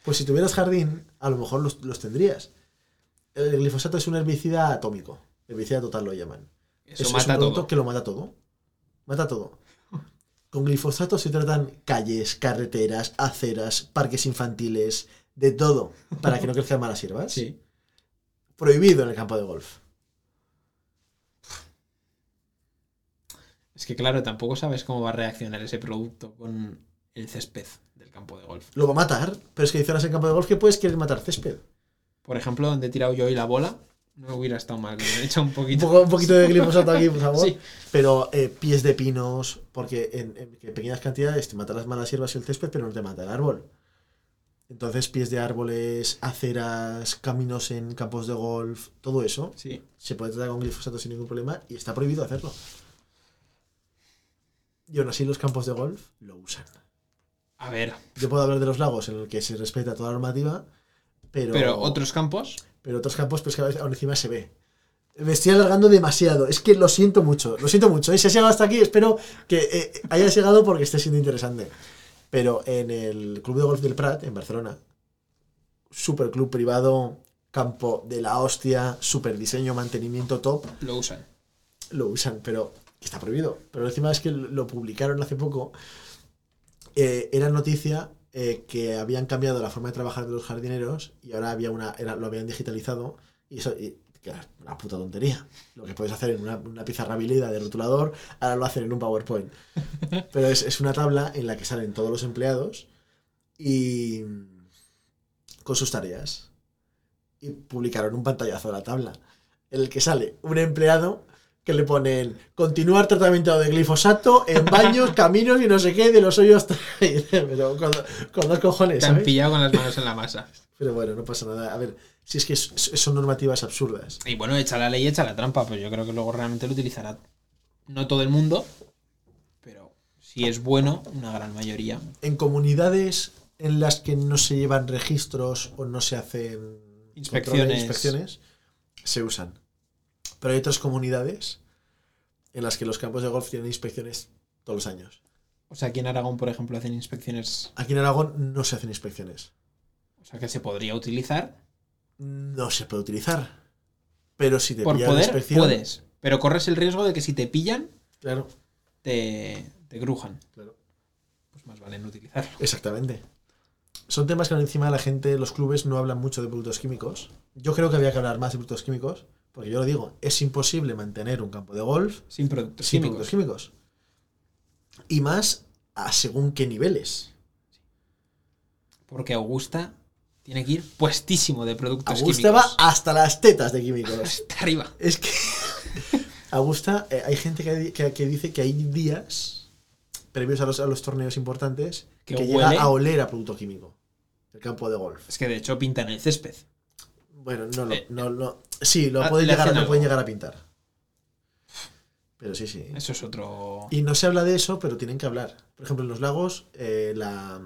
A: pues si tuvieras jardín, a lo mejor los, los tendrías. El glifosato es un herbicida atómico. Herbicida total lo llaman.
B: Eso
A: es, es
B: mata
A: un producto
B: todo.
A: que lo mata todo. Mata todo. Con glifosato se tratan calles, carreteras, aceras, parques infantiles, de todo, para que no crezcan malas hierbas.
B: Sí.
A: Prohibido en el campo de golf.
B: Es que claro, tampoco sabes cómo va a reaccionar ese producto con el césped del campo de golf.
A: Lo va a matar, pero es que dices en el campo de golf que puedes querer matar césped.
B: Por ejemplo, donde he tirado yo hoy la bola, no hubiera estado mal. que Me he hecho un
A: Un,
B: poquito.
A: poco- un poquito de glifosato aquí, por favor.
B: Sí.
A: Pero eh, pies de pinos, porque en, en que pequeñas cantidades te mata las malas hierbas y el césped, pero no te mata el árbol. Entonces, pies de árboles, aceras, caminos en campos de golf, todo eso
B: Sí.
A: se puede tratar con glifosato sin ningún problema y está prohibido hacerlo. Y aún así, los campos de golf lo usan.
B: A ver,
A: Yo puedo hablar de los lagos en el que se respeta toda la normativa, pero,
B: pero otros campos.
A: pero otros campos, pues que a veces aún encima se ve. Me estoy alargando demasiado. Es que lo siento mucho. Lo siento mucho. ¿eh? Si has llegado hasta aquí, espero que eh, hayas llegado porque esté siendo interesante. Pero en el Club de Golf del Prat, en Barcelona, super club privado, campo de la hostia, super diseño, mantenimiento top,
B: lo usan.
A: lo usan, pero está prohibido. Pero encima es que lo publicaron hace poco. eh, era noticia eh, que habían cambiado la forma de trabajar de los jardineros y ahora había una, era- lo habían digitalizado y eso y, que era una puta tontería. Lo que puedes hacer en una, una pizarra habilida de rotulador, ahora lo hacen en un PowerPoint. Pero es, es una tabla en la que salen todos los empleados y con sus tareas. Y publicaron un pantallazo de la tabla en el que sale un empleado que le ponen continuar tratamiento de glifosato en baños, caminos y no sé qué de los hoyos. tal". Y dice, Pero con, con dos cojones.
B: Te han
A: ¿sabes?
B: pillado con las manos en la masa.
A: Pero bueno, no pasa nada. A ver, si es que es- son normativas absurdas.
B: Y bueno, echa la ley, echa la trampa, pero yo creo que luego realmente lo utilizará no todo el mundo, pero si es bueno, una gran mayoría.
A: en comunidades en las que no se llevan registros o no se hacen
B: Inspecciones.
A: controles, e inspecciones, se usan. Pero hay otras comunidades en las que los campos de golf tienen inspecciones todos los años.
B: O sea, aquí en Aragón, por ejemplo, hacen inspecciones,
A: Aquí en Aragón no se hacen inspecciones.
B: o sea, que se podría utilizar.
A: No se puede utilizar. Pero si te
B: Por
A: pilla la
B: poder,
A: inspección,
B: puedes, pero corres el riesgo de que si te pillan,
A: Claro,
B: te, te grujan.
A: claro.
B: Pues más vale no utilizarlo.
A: Exactamente. Son temas que encima de la gente, los clubes no hablan mucho de productos químicos. Yo creo que había que hablar más de productos químicos, porque yo lo digo, es imposible mantener un campo de golf
B: Sin productos
A: sin productos
B: químicos.
A: químicos. Y más a según qué niveles.
B: Porque Augusta tiene que ir puestísimo de productos
A: Augusta va
B: químicos.
A: hasta las tetas de químicos.
B: Hasta arriba.
A: es que. Augusta, eh, hay gente que, di- que- que dice que hay días previos a los, a los torneos importantes
B: Que
A: que llega
B: huele.
A: a oler a producto químico. El campo de golf.
B: Es que de hecho pintan el césped.
A: Bueno, no lo.
B: Eh,
A: no lo- sí, lo
B: ah,
A: pueden,
B: le
A: llegar,
B: hacen
A: lo
B: algo.
A: pueden llegar a pintar. Pero sí, sí.
B: Eso es otro.
A: Y no se habla de eso, pero tienen que hablar. Por ejemplo, en los lagos, eh, la,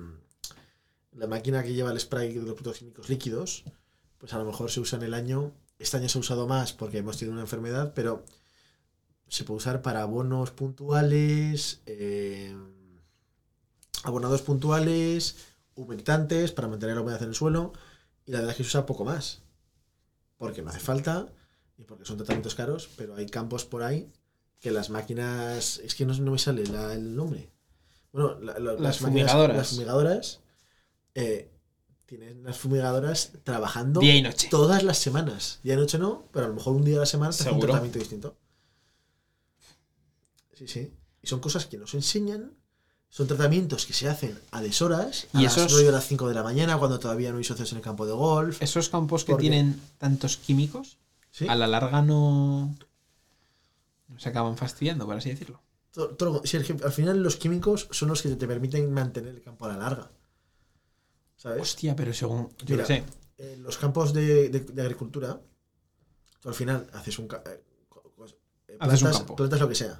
A: la máquina que lleva el spray de los productos químicos líquidos, pues a lo mejor se usa en el año. Este año se ha usado más porque hemos tenido una enfermedad, pero se puede usar para abonos puntuales, eh, abonados puntuales, humectantes para mantener la humedad en el suelo. Y la verdad es que se usa poco más. Porque no hace falta y porque son tratamientos caros, pero hay campos por ahí que las máquinas. Es que no, no me sale la- el nombre. Bueno, la- la-
B: Las
A: máquinas-
B: fumigadoras.
A: Las fumigadoras. eh, tienen las fumigadoras trabajando
B: Día y noche.
A: todas las semanas. Día y noche no, pero a lo mejor un día a la semana te hace un
B: Seguro.
A: tratamiento distinto. Sí, sí. Y son cosas que nos enseñan. Son tratamientos que se hacen a deshoras, a
B: Y
A: las
B: esos-
A: 9 o las 5 de la mañana, cuando todavía no hay socios en el campo de golf.
B: Esos campos que
A: ¿Por qué?
B: tienen tantos químicos,
A: ¿sí?
B: a la larga no. no se acaban fastidiando, por así decirlo.
A: To- todo- sí, es que al final los químicos son los que te permiten mantener el campo a la larga. ¿Sabes?
B: Hostia, pero según. Yo
A: Mira.
B: qué sé.
A: en eh, los campos de, de- de agricultura, tú al final haces un, ca- eh, co- co- eh,
B: Haces un
A: plantas,
B: campo.
A: plantas lo que sea.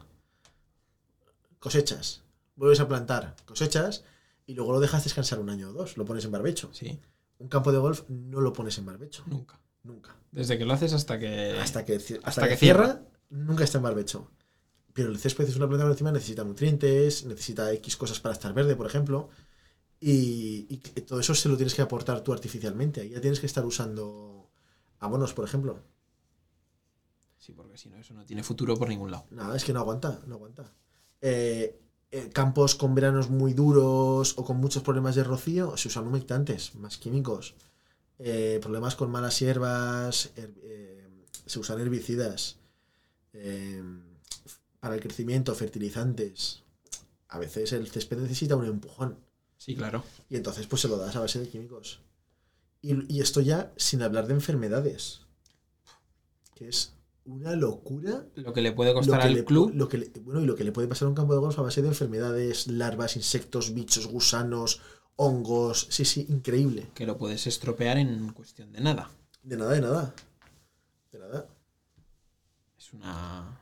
A: Cosechas. Vuelves a plantar, cosechas y luego lo dejas descansar un año o dos. Lo pones en barbecho.
B: Sí,
A: Un campo de golf no lo pones en barbecho.
B: nunca.
A: Nunca.
B: Desde que lo haces hasta que.
A: Hasta que, ci- hasta
B: hasta
A: que,
B: que
A: cierra, nunca está en barbecho. Pero el césped es una planta que encima necesita nutrientes, necesita X cosas para estar verde, por ejemplo. Y, y que todo eso se lo tienes que aportar tú artificialmente. Ahí ya tienes que estar usando abonos, por ejemplo.
B: Sí, porque si no, eso no tiene futuro por ningún lado.
A: Nada, es que no aguanta, no aguanta. Eh, eh, campos con veranos muy duros o con muchos problemas de rocío, se usan humectantes, más químicos. Eh, problemas con malas hierbas, her- eh, se usan herbicidas. Eh, para el crecimiento, fertilizantes. A veces el césped necesita un empujón.
B: Sí, claro.
A: Y entonces pues se lo das a base de químicos. Y, y esto ya sin hablar de enfermedades. Que es una locura
B: Lo que le puede
A: lo
B: costar
A: que
B: al
A: le-
B: club.
A: lo que le- bueno, y lo que le puede pasar a un campo de golf a base de enfermedades, larvas, insectos, bichos, gusanos, hongos. Sí, sí, increíble.
B: que lo puedes estropear en cuestión de nada.
A: De nada, de nada. De nada.
B: Es una.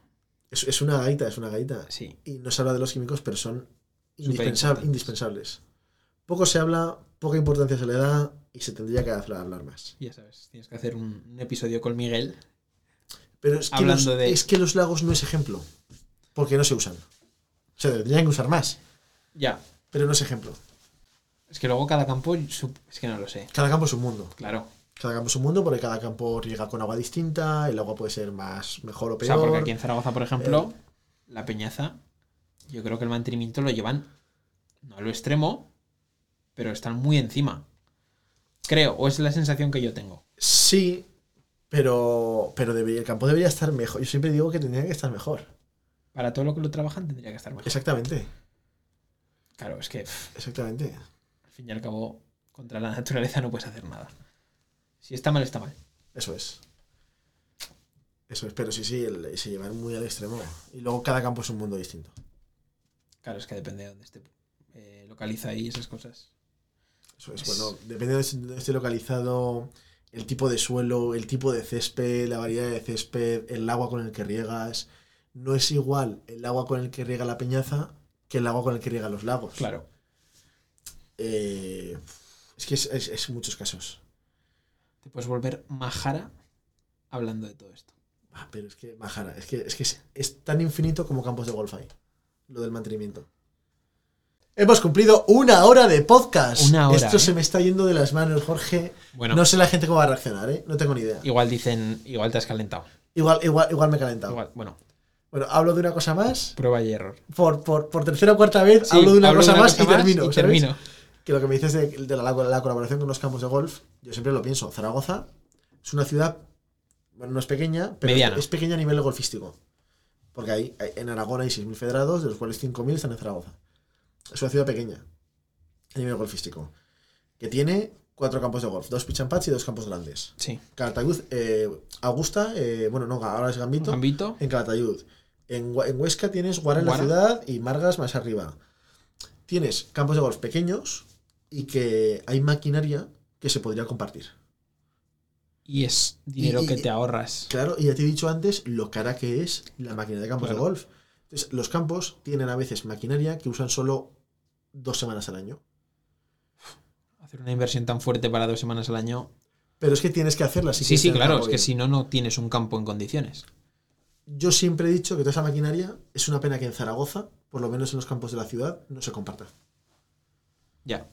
A: Es, es una gaita, es una gaita.
B: Sí.
A: Y no se habla de los químicos, pero son indispensab-
B: Superimportantes.
A: indispensables. Poco se habla, poca importancia se le da y se tendría que hablar hablar más.
B: Ya sabes, tienes que hacer un, un episodio con Miguel.
A: Pero es que, los,
B: Hablando de-
A: es que los lagos no es ejemplo. Porque no se usan. Se tendrían que usar más,
B: Ya.
A: pero no es ejemplo.
B: Es que luego cada campo. su- Es que no lo sé.
A: Cada campo es un mundo.
B: Claro.
A: Cada campo es un mundo porque cada campo riega con agua distinta, el agua puede ser más mejor o
B: O
A: peor.
B: sea, porque aquí en Zaragoza, por ejemplo, la Peñaza, yo creo que el mantenimiento lo llevan no a lo extremo, pero están muy encima. Creo, o es la sensación que yo tengo.
A: Sí, pero, pero debería- el campo debería estar mejor. Yo siempre digo que tendría que estar mejor.
B: Para todo lo que lo trabajan tendría que estar mejor.
A: Exactamente,
B: Claro, es que pff,
A: exactamente.
B: al fin y al cabo, contra la naturaleza no puedes hacer nada. Si está mal, está mal.
A: Eso es. Eso es, pero sí, sí, el- se llevan muy al extremo. Y luego cada campo es un mundo distinto.
B: Claro, es que depende de dónde esté eh, localiza y esas cosas.
A: Eso es,
B: Es-
A: bueno, depende de dónde esté localizado, el tipo de suelo, el tipo de césped, la variedad de césped, el agua con el que riegas. No es igual el agua con el que riega la peñaza que el agua con el que riega los lagos.
B: Claro.
A: Eh, es que es, es- es muchos casos.
B: Te puedes volver majara hablando de todo esto.
A: Ah, pero es que, Majara, es que es, que es, es tan infinito como campos de golf hay. Lo del mantenimiento. Hemos cumplido una hora de podcast.
B: Una hora,
A: Esto
B: ¿eh?
A: se me está yendo de las manos, Jorge.
B: Bueno,
A: No sé la gente cómo va a reaccionar, ¿eh? No tengo ni idea.
B: igual dicen, igual te has calentado.
A: Igual, igual, igual me he calentado.
B: Igual, bueno,
A: Bueno, hablo de una cosa más.
B: prueba y error.
A: Por, por, por tercera o cuarta vez
B: Sí,
A: hablo de una cosa más y termino.
B: y
A: ¿sabes?
B: termino.
A: Que lo que me dices de, de la, la colaboración con los campos de golf, yo siempre lo pienso. Zaragoza es una ciudad, bueno, no es pequeña, pero
B: Mediana.
A: es pequeña a nivel golfístico. Porque hay, hay- en Aragón hay 6.000 federados, de los cuales 5.000 están en Zaragoza. Es una ciudad pequeña a nivel golfístico. Que tiene cuatro campos de golf, dos pitch and patch y dos campos grandes.
B: Sí.
A: Cartaguz, eh, Augusta, eh, bueno, no, ahora es Gambito.
B: Gambito,
A: En Calatayud. En, Hua- en Huesca tienes Guara en
B: Guara.
A: la ciudad y Margas más arriba. Tienes campos de golf pequeños y que hay maquinaria que se podría compartir.
B: Y es dinero
A: Y- y-
B: que te ahorras.
A: Claro, y ya te he dicho antes lo cara que es la máquina de campos
B: Claro.
A: de golf. Entonces, los campos tienen a veces maquinaria que usan solo dos semanas al año.
B: Hacer una inversión tan fuerte para dos semanas al año.
A: Pero es que tienes que hacerla. Si
B: Sí, sí,
A: quieres tener un
B: claro, es
A: campo
B: que
A: bien.
B: si no, no tienes un campo en condiciones.
A: Yo siempre he dicho que toda esa maquinaria es una pena que en Zaragoza, por lo menos en los campos de la ciudad, no se comparta.
B: Ya,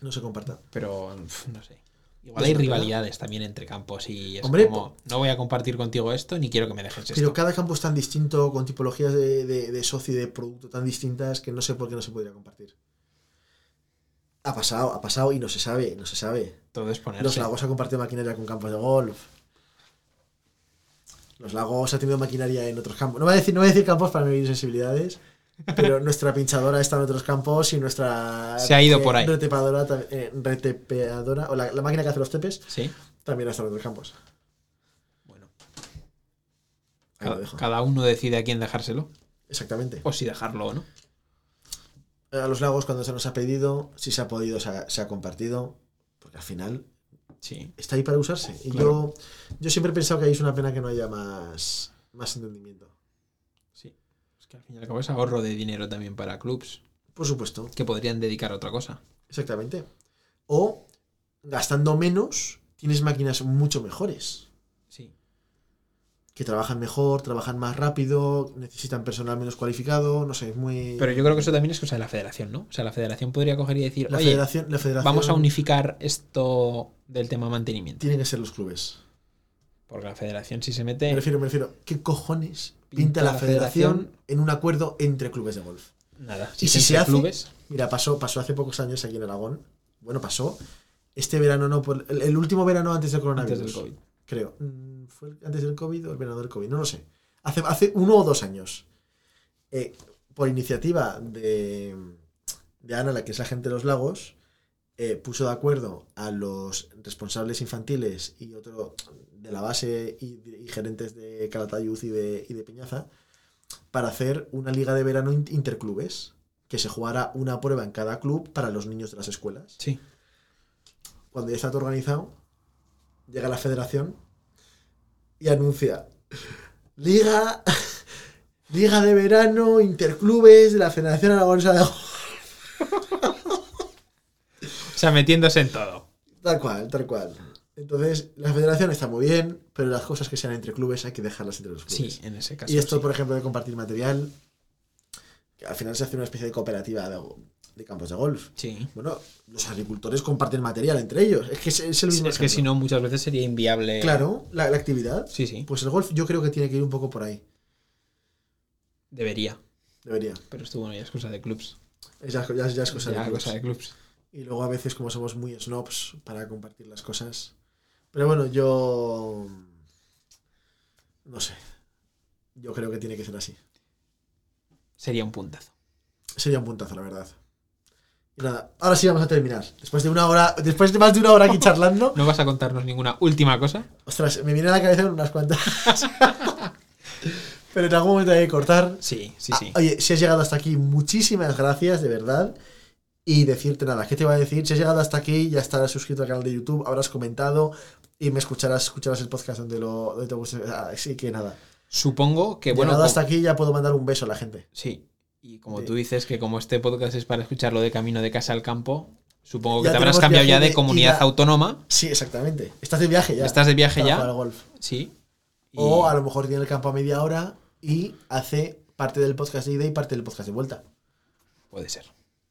A: No se comparta.
B: pero pf, no sé. Igual
A: Pues
B: hay
A: no, ¿verdad?
B: rivalidades también entre campos y es
A: Hombre,
B: como, no voy a compartir contigo esto ni quiero que me dejes
A: Pero
B: esto.
A: cada campo es tan distinto, con tipologías de, de- de socio y de producto tan distintas que no sé por qué no se podría compartir. Ha pasado, ha pasado y no se sabe, no se sabe.
B: Todo es ponerse.
A: Los lagos ha compartido maquinaria con campos de golf. Los lagos ha tenido maquinaria en otros campos. No voy a decir, no voy a decir campos para no herir sensibilidades, pero nuestra pinchadora está en otros campos y nuestra
B: Se ha ido por ahí.
A: retepadora, ta- eh, retepeadora, o la, la máquina que hace los tepes
B: Sí,
A: también está en otros campos.
B: bueno.
A: Ahí lo
B: Cada,
A: dejo.
B: cada uno decide a quién dejárselo
A: Exactamente.
B: o si dejarlo o no.
A: A los lagos cuando se nos ha pedido, si se ha podido, se ha, se ha compartido, porque al final
B: Sí.
A: está ahí para usarse. Y
B: Claro.
A: yo, yo siempre he pensado que ahí es una pena que no haya más, más entendimiento.
B: Sí. Es que al fin y al cabo es ahorro de dinero también para clubs
A: Por supuesto.
B: que podrían dedicar a otra cosa.
A: Exactamente. O gastando menos, tienes máquinas mucho mejores,
B: Sí.
A: que trabajan mejor, trabajan más rápido, necesitan personal menos cualificado, no sé, es muy...
B: Pero yo creo que eso también es cosa de la federación, ¿no? O sea, la federación podría coger y decir,
A: la,
B: oye,
A: federación, la federación...
B: vamos a unificar esto del tema mantenimiento.
A: Tienen que ser los clubes.
B: Porque la federación si se
A: Me
B: mete,
A: refiero, me refiero. ¿Qué cojones pinta, la, federación, en un acuerdo entre clubes de golf?
B: nada.
A: ¿Y si
B: entre
A: se hace?
B: clubes,
A: Mira, pasó, pasó hace pocos años aquí en Aragón. Bueno, pasó. Este verano no, por- el, el último verano antes del coronavirus.
B: antes del COVID.
A: creo. Mm, ¿Fue antes del COVID o el verano del COVID? No lo sé. Hace, hace uno o dos años. Eh, por iniciativa de, de Ana, la que es la gente de los lagos, eh, puso de acuerdo a los responsables infantiles y otro de la base y, y gerentes de Calatayud y de, y de Peñaza para hacer una liga de verano in- interclubes que se jugara una prueba en cada club para los niños de las escuelas
B: Sí.
A: cuando ya está todo organizado, llega la federación y anuncia Liga, Liga de Verano, Interclubes de la Federación Aragonesa de Golf".
B: O sea, metiéndose en todo.
A: Tal cual, tal cual. Entonces, la federación está muy bien, pero las cosas que sean entre clubes hay que dejarlas entre los clubes.
B: Sí, en ese caso.
A: y esto,
B: sí.
A: por ejemplo, de compartir material, que al final se hace una especie de cooperativa de, de campos de golf.
B: Sí.
A: Bueno, los agricultores comparten material entre ellos. Es que es, es el
B: Es,
A: mismo
B: es que si
A: ejemplo.
B: no, muchas veces sería inviable.
A: Claro, la- la actividad.
B: Sí, sí.
A: Pues el golf yo creo que tiene que ir un poco por ahí.
B: Debería.
A: Debería.
B: Pero esto, bueno, ya es cosa de clubs.
A: Es ya, ya- ya es cosa de
B: Ya,
A: clubs.
B: cosa de clubs.
A: Y luego a veces como somos muy snobs para compartir las cosas. Pero bueno, yo... No sé. Yo creo que tiene que ser así.
B: Sería un puntazo.
A: Sería un puntazo, la verdad. Y nada, ahora sí vamos a terminar. Después de una hora, después de más de una hora aquí charlando.
B: ¿No vas a contarnos ninguna última cosa?
A: Ostras, me viene a la cabeza unas cuantas. Pero en algún momento hay que cortar.
B: Sí, sí,
A: Ah,
B: sí.
A: oye, si has llegado hasta aquí, muchísimas gracias, de verdad. Y decirte nada, ¿qué te iba a decir? Si has llegado hasta aquí, ya estarás suscrito al canal de YouTube, habrás comentado y me escucharás, escucharás el podcast donde, lo, donde te guste. Ah, Así que nada.
B: Supongo que, bueno.
A: llegado
B: como-
A: hasta aquí, ya puedo mandar un beso a la gente.
B: Sí. Y como
A: Sí.
B: tú dices que como este podcast es para escucharlo de camino de casa al campo, supongo que
A: Ya
B: te habrás
A: tenemos
B: cambiado ya
A: viaje
B: de
A: de
B: comunidad
A: ida.
B: autónoma.
A: Sí, exactamente. Estás de viaje ya.
B: Estás de viaje
A: para
B: ya.
A: jugar al golf.
B: Sí. Y-
A: O a lo mejor tiene el campo a media hora y hace parte del podcast de ida y parte del podcast de vuelta.
B: Puede ser.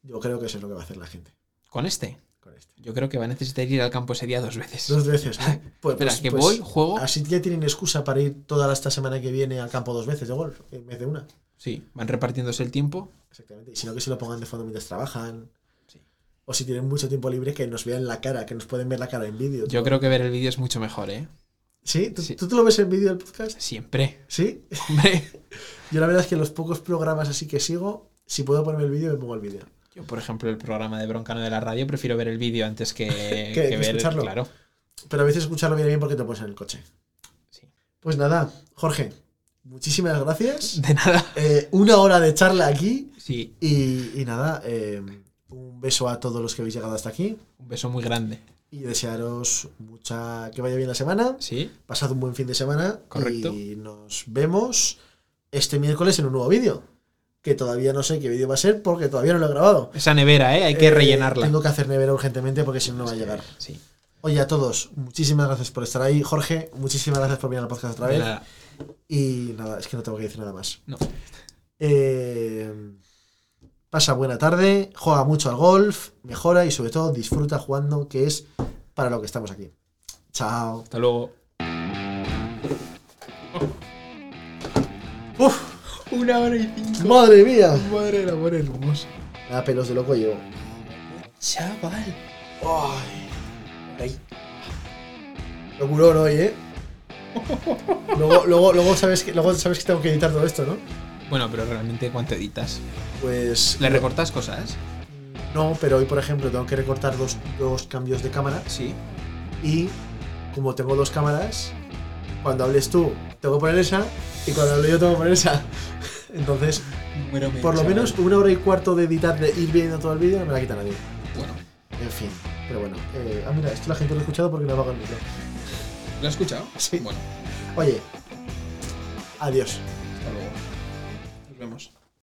A: Yo creo que eso es lo que va a hacer la gente
B: Con este.
A: con este.
B: Yo creo que va a necesitar ir al campo ese día dos veces.
A: Dos veces. ¿no? Pues-
B: Espera,
A: pues-
B: que
A: pues-
B: voy, juego.
A: Así ya tienen excusa para ir toda esta semana que viene al campo dos veces de golf, en vez de una.
B: Sí, van repartiéndose el tiempo.
A: Exactamente. Y si no, que se lo pongan de fondo mientras trabajan.
B: Sí.
A: O si tienen mucho tiempo libre, que nos vean la cara, que nos pueden ver la cara en vídeo.
B: Yo creo que ver el vídeo es mucho mejor, ¿eh?
A: ¿Sí? ¿Tú,
B: Sí.
A: tú te lo ves en vídeo del podcast?
B: Siempre.
A: ¿Sí?
B: Hombre.
A: Yo la verdad es que los pocos programas así que sigo, si puedo ponerme el vídeo, me pongo el vídeo.
B: Yo, por ejemplo, el programa de Broncano de la radio, prefiero ver el vídeo antes que, que
A: que
B: ver.
A: escucharlo.
B: Claro.
A: Pero a veces escucharlo viene bien porque te pones en el coche.
B: Sí.
A: Pues nada, Jorge, muchísimas gracias.
B: De nada.
A: Eh, una hora de charla aquí.
B: Sí,
A: Y, y nada, eh, un beso a todos los que habéis llegado hasta aquí.
B: un beso muy grande.
A: y desearos mucha que vaya bien la semana.
B: Sí.
A: Pasad un buen fin de semana.
B: Correcto.
A: Y nos vemos este miércoles en un nuevo vídeo. Que todavía no sé qué vídeo va a ser porque todavía no lo he grabado.
B: Esa nevera, ¿eh? Hay que
A: Eh,
B: rellenarla.
A: Tengo que hacer nevera urgentemente porque si no, no va a llegar.
B: Sí.
A: Oye, a todos, muchísimas gracias por estar ahí. Jorge, muchísimas gracias por venir al podcast otra vez.
B: La-
A: Y nada, es que no tengo que decir nada más.
B: no.
A: Eh, pasa buena tarde, juega mucho al golf, mejora y sobre todo disfruta jugando, que es para lo que estamos aquí. Chao.
B: Hasta luego.
A: Uf,
B: Oh. Una hora y cinco.
A: madre mía.
B: Madre del amor hermoso.
A: Ah, pelos de loco llevo.
B: Chaval.
A: Ay. Ay. Locurón hoy, ¿eh? Luego, luego, luego, sabes que, luego sabes que tengo que editar todo esto, ¿no?
B: Bueno, pero realmente, ¿cuánto editas?
A: Pues
B: ¿Le recortas cosas?
A: no, pero hoy, por ejemplo, tengo que recortar dos, dos cambios de cámara
B: Sí.
A: y como tengo dos cámaras, cuando hables tú tengo que poner esa y cuando hable yo tengo que poner esa. Entonces, por lo menos una hora y cuarto de editar, de ir viendo todo el vídeo, no me la quita nadie.
B: Bueno,
A: En fin, pero bueno. eh, ah, mira, esto la gente lo ha escuchado porque no apaga el micro.
B: ¿lo has escuchado?
A: Sí.
B: Bueno,
A: Oye, adiós.
B: hasta luego. Nos vemos.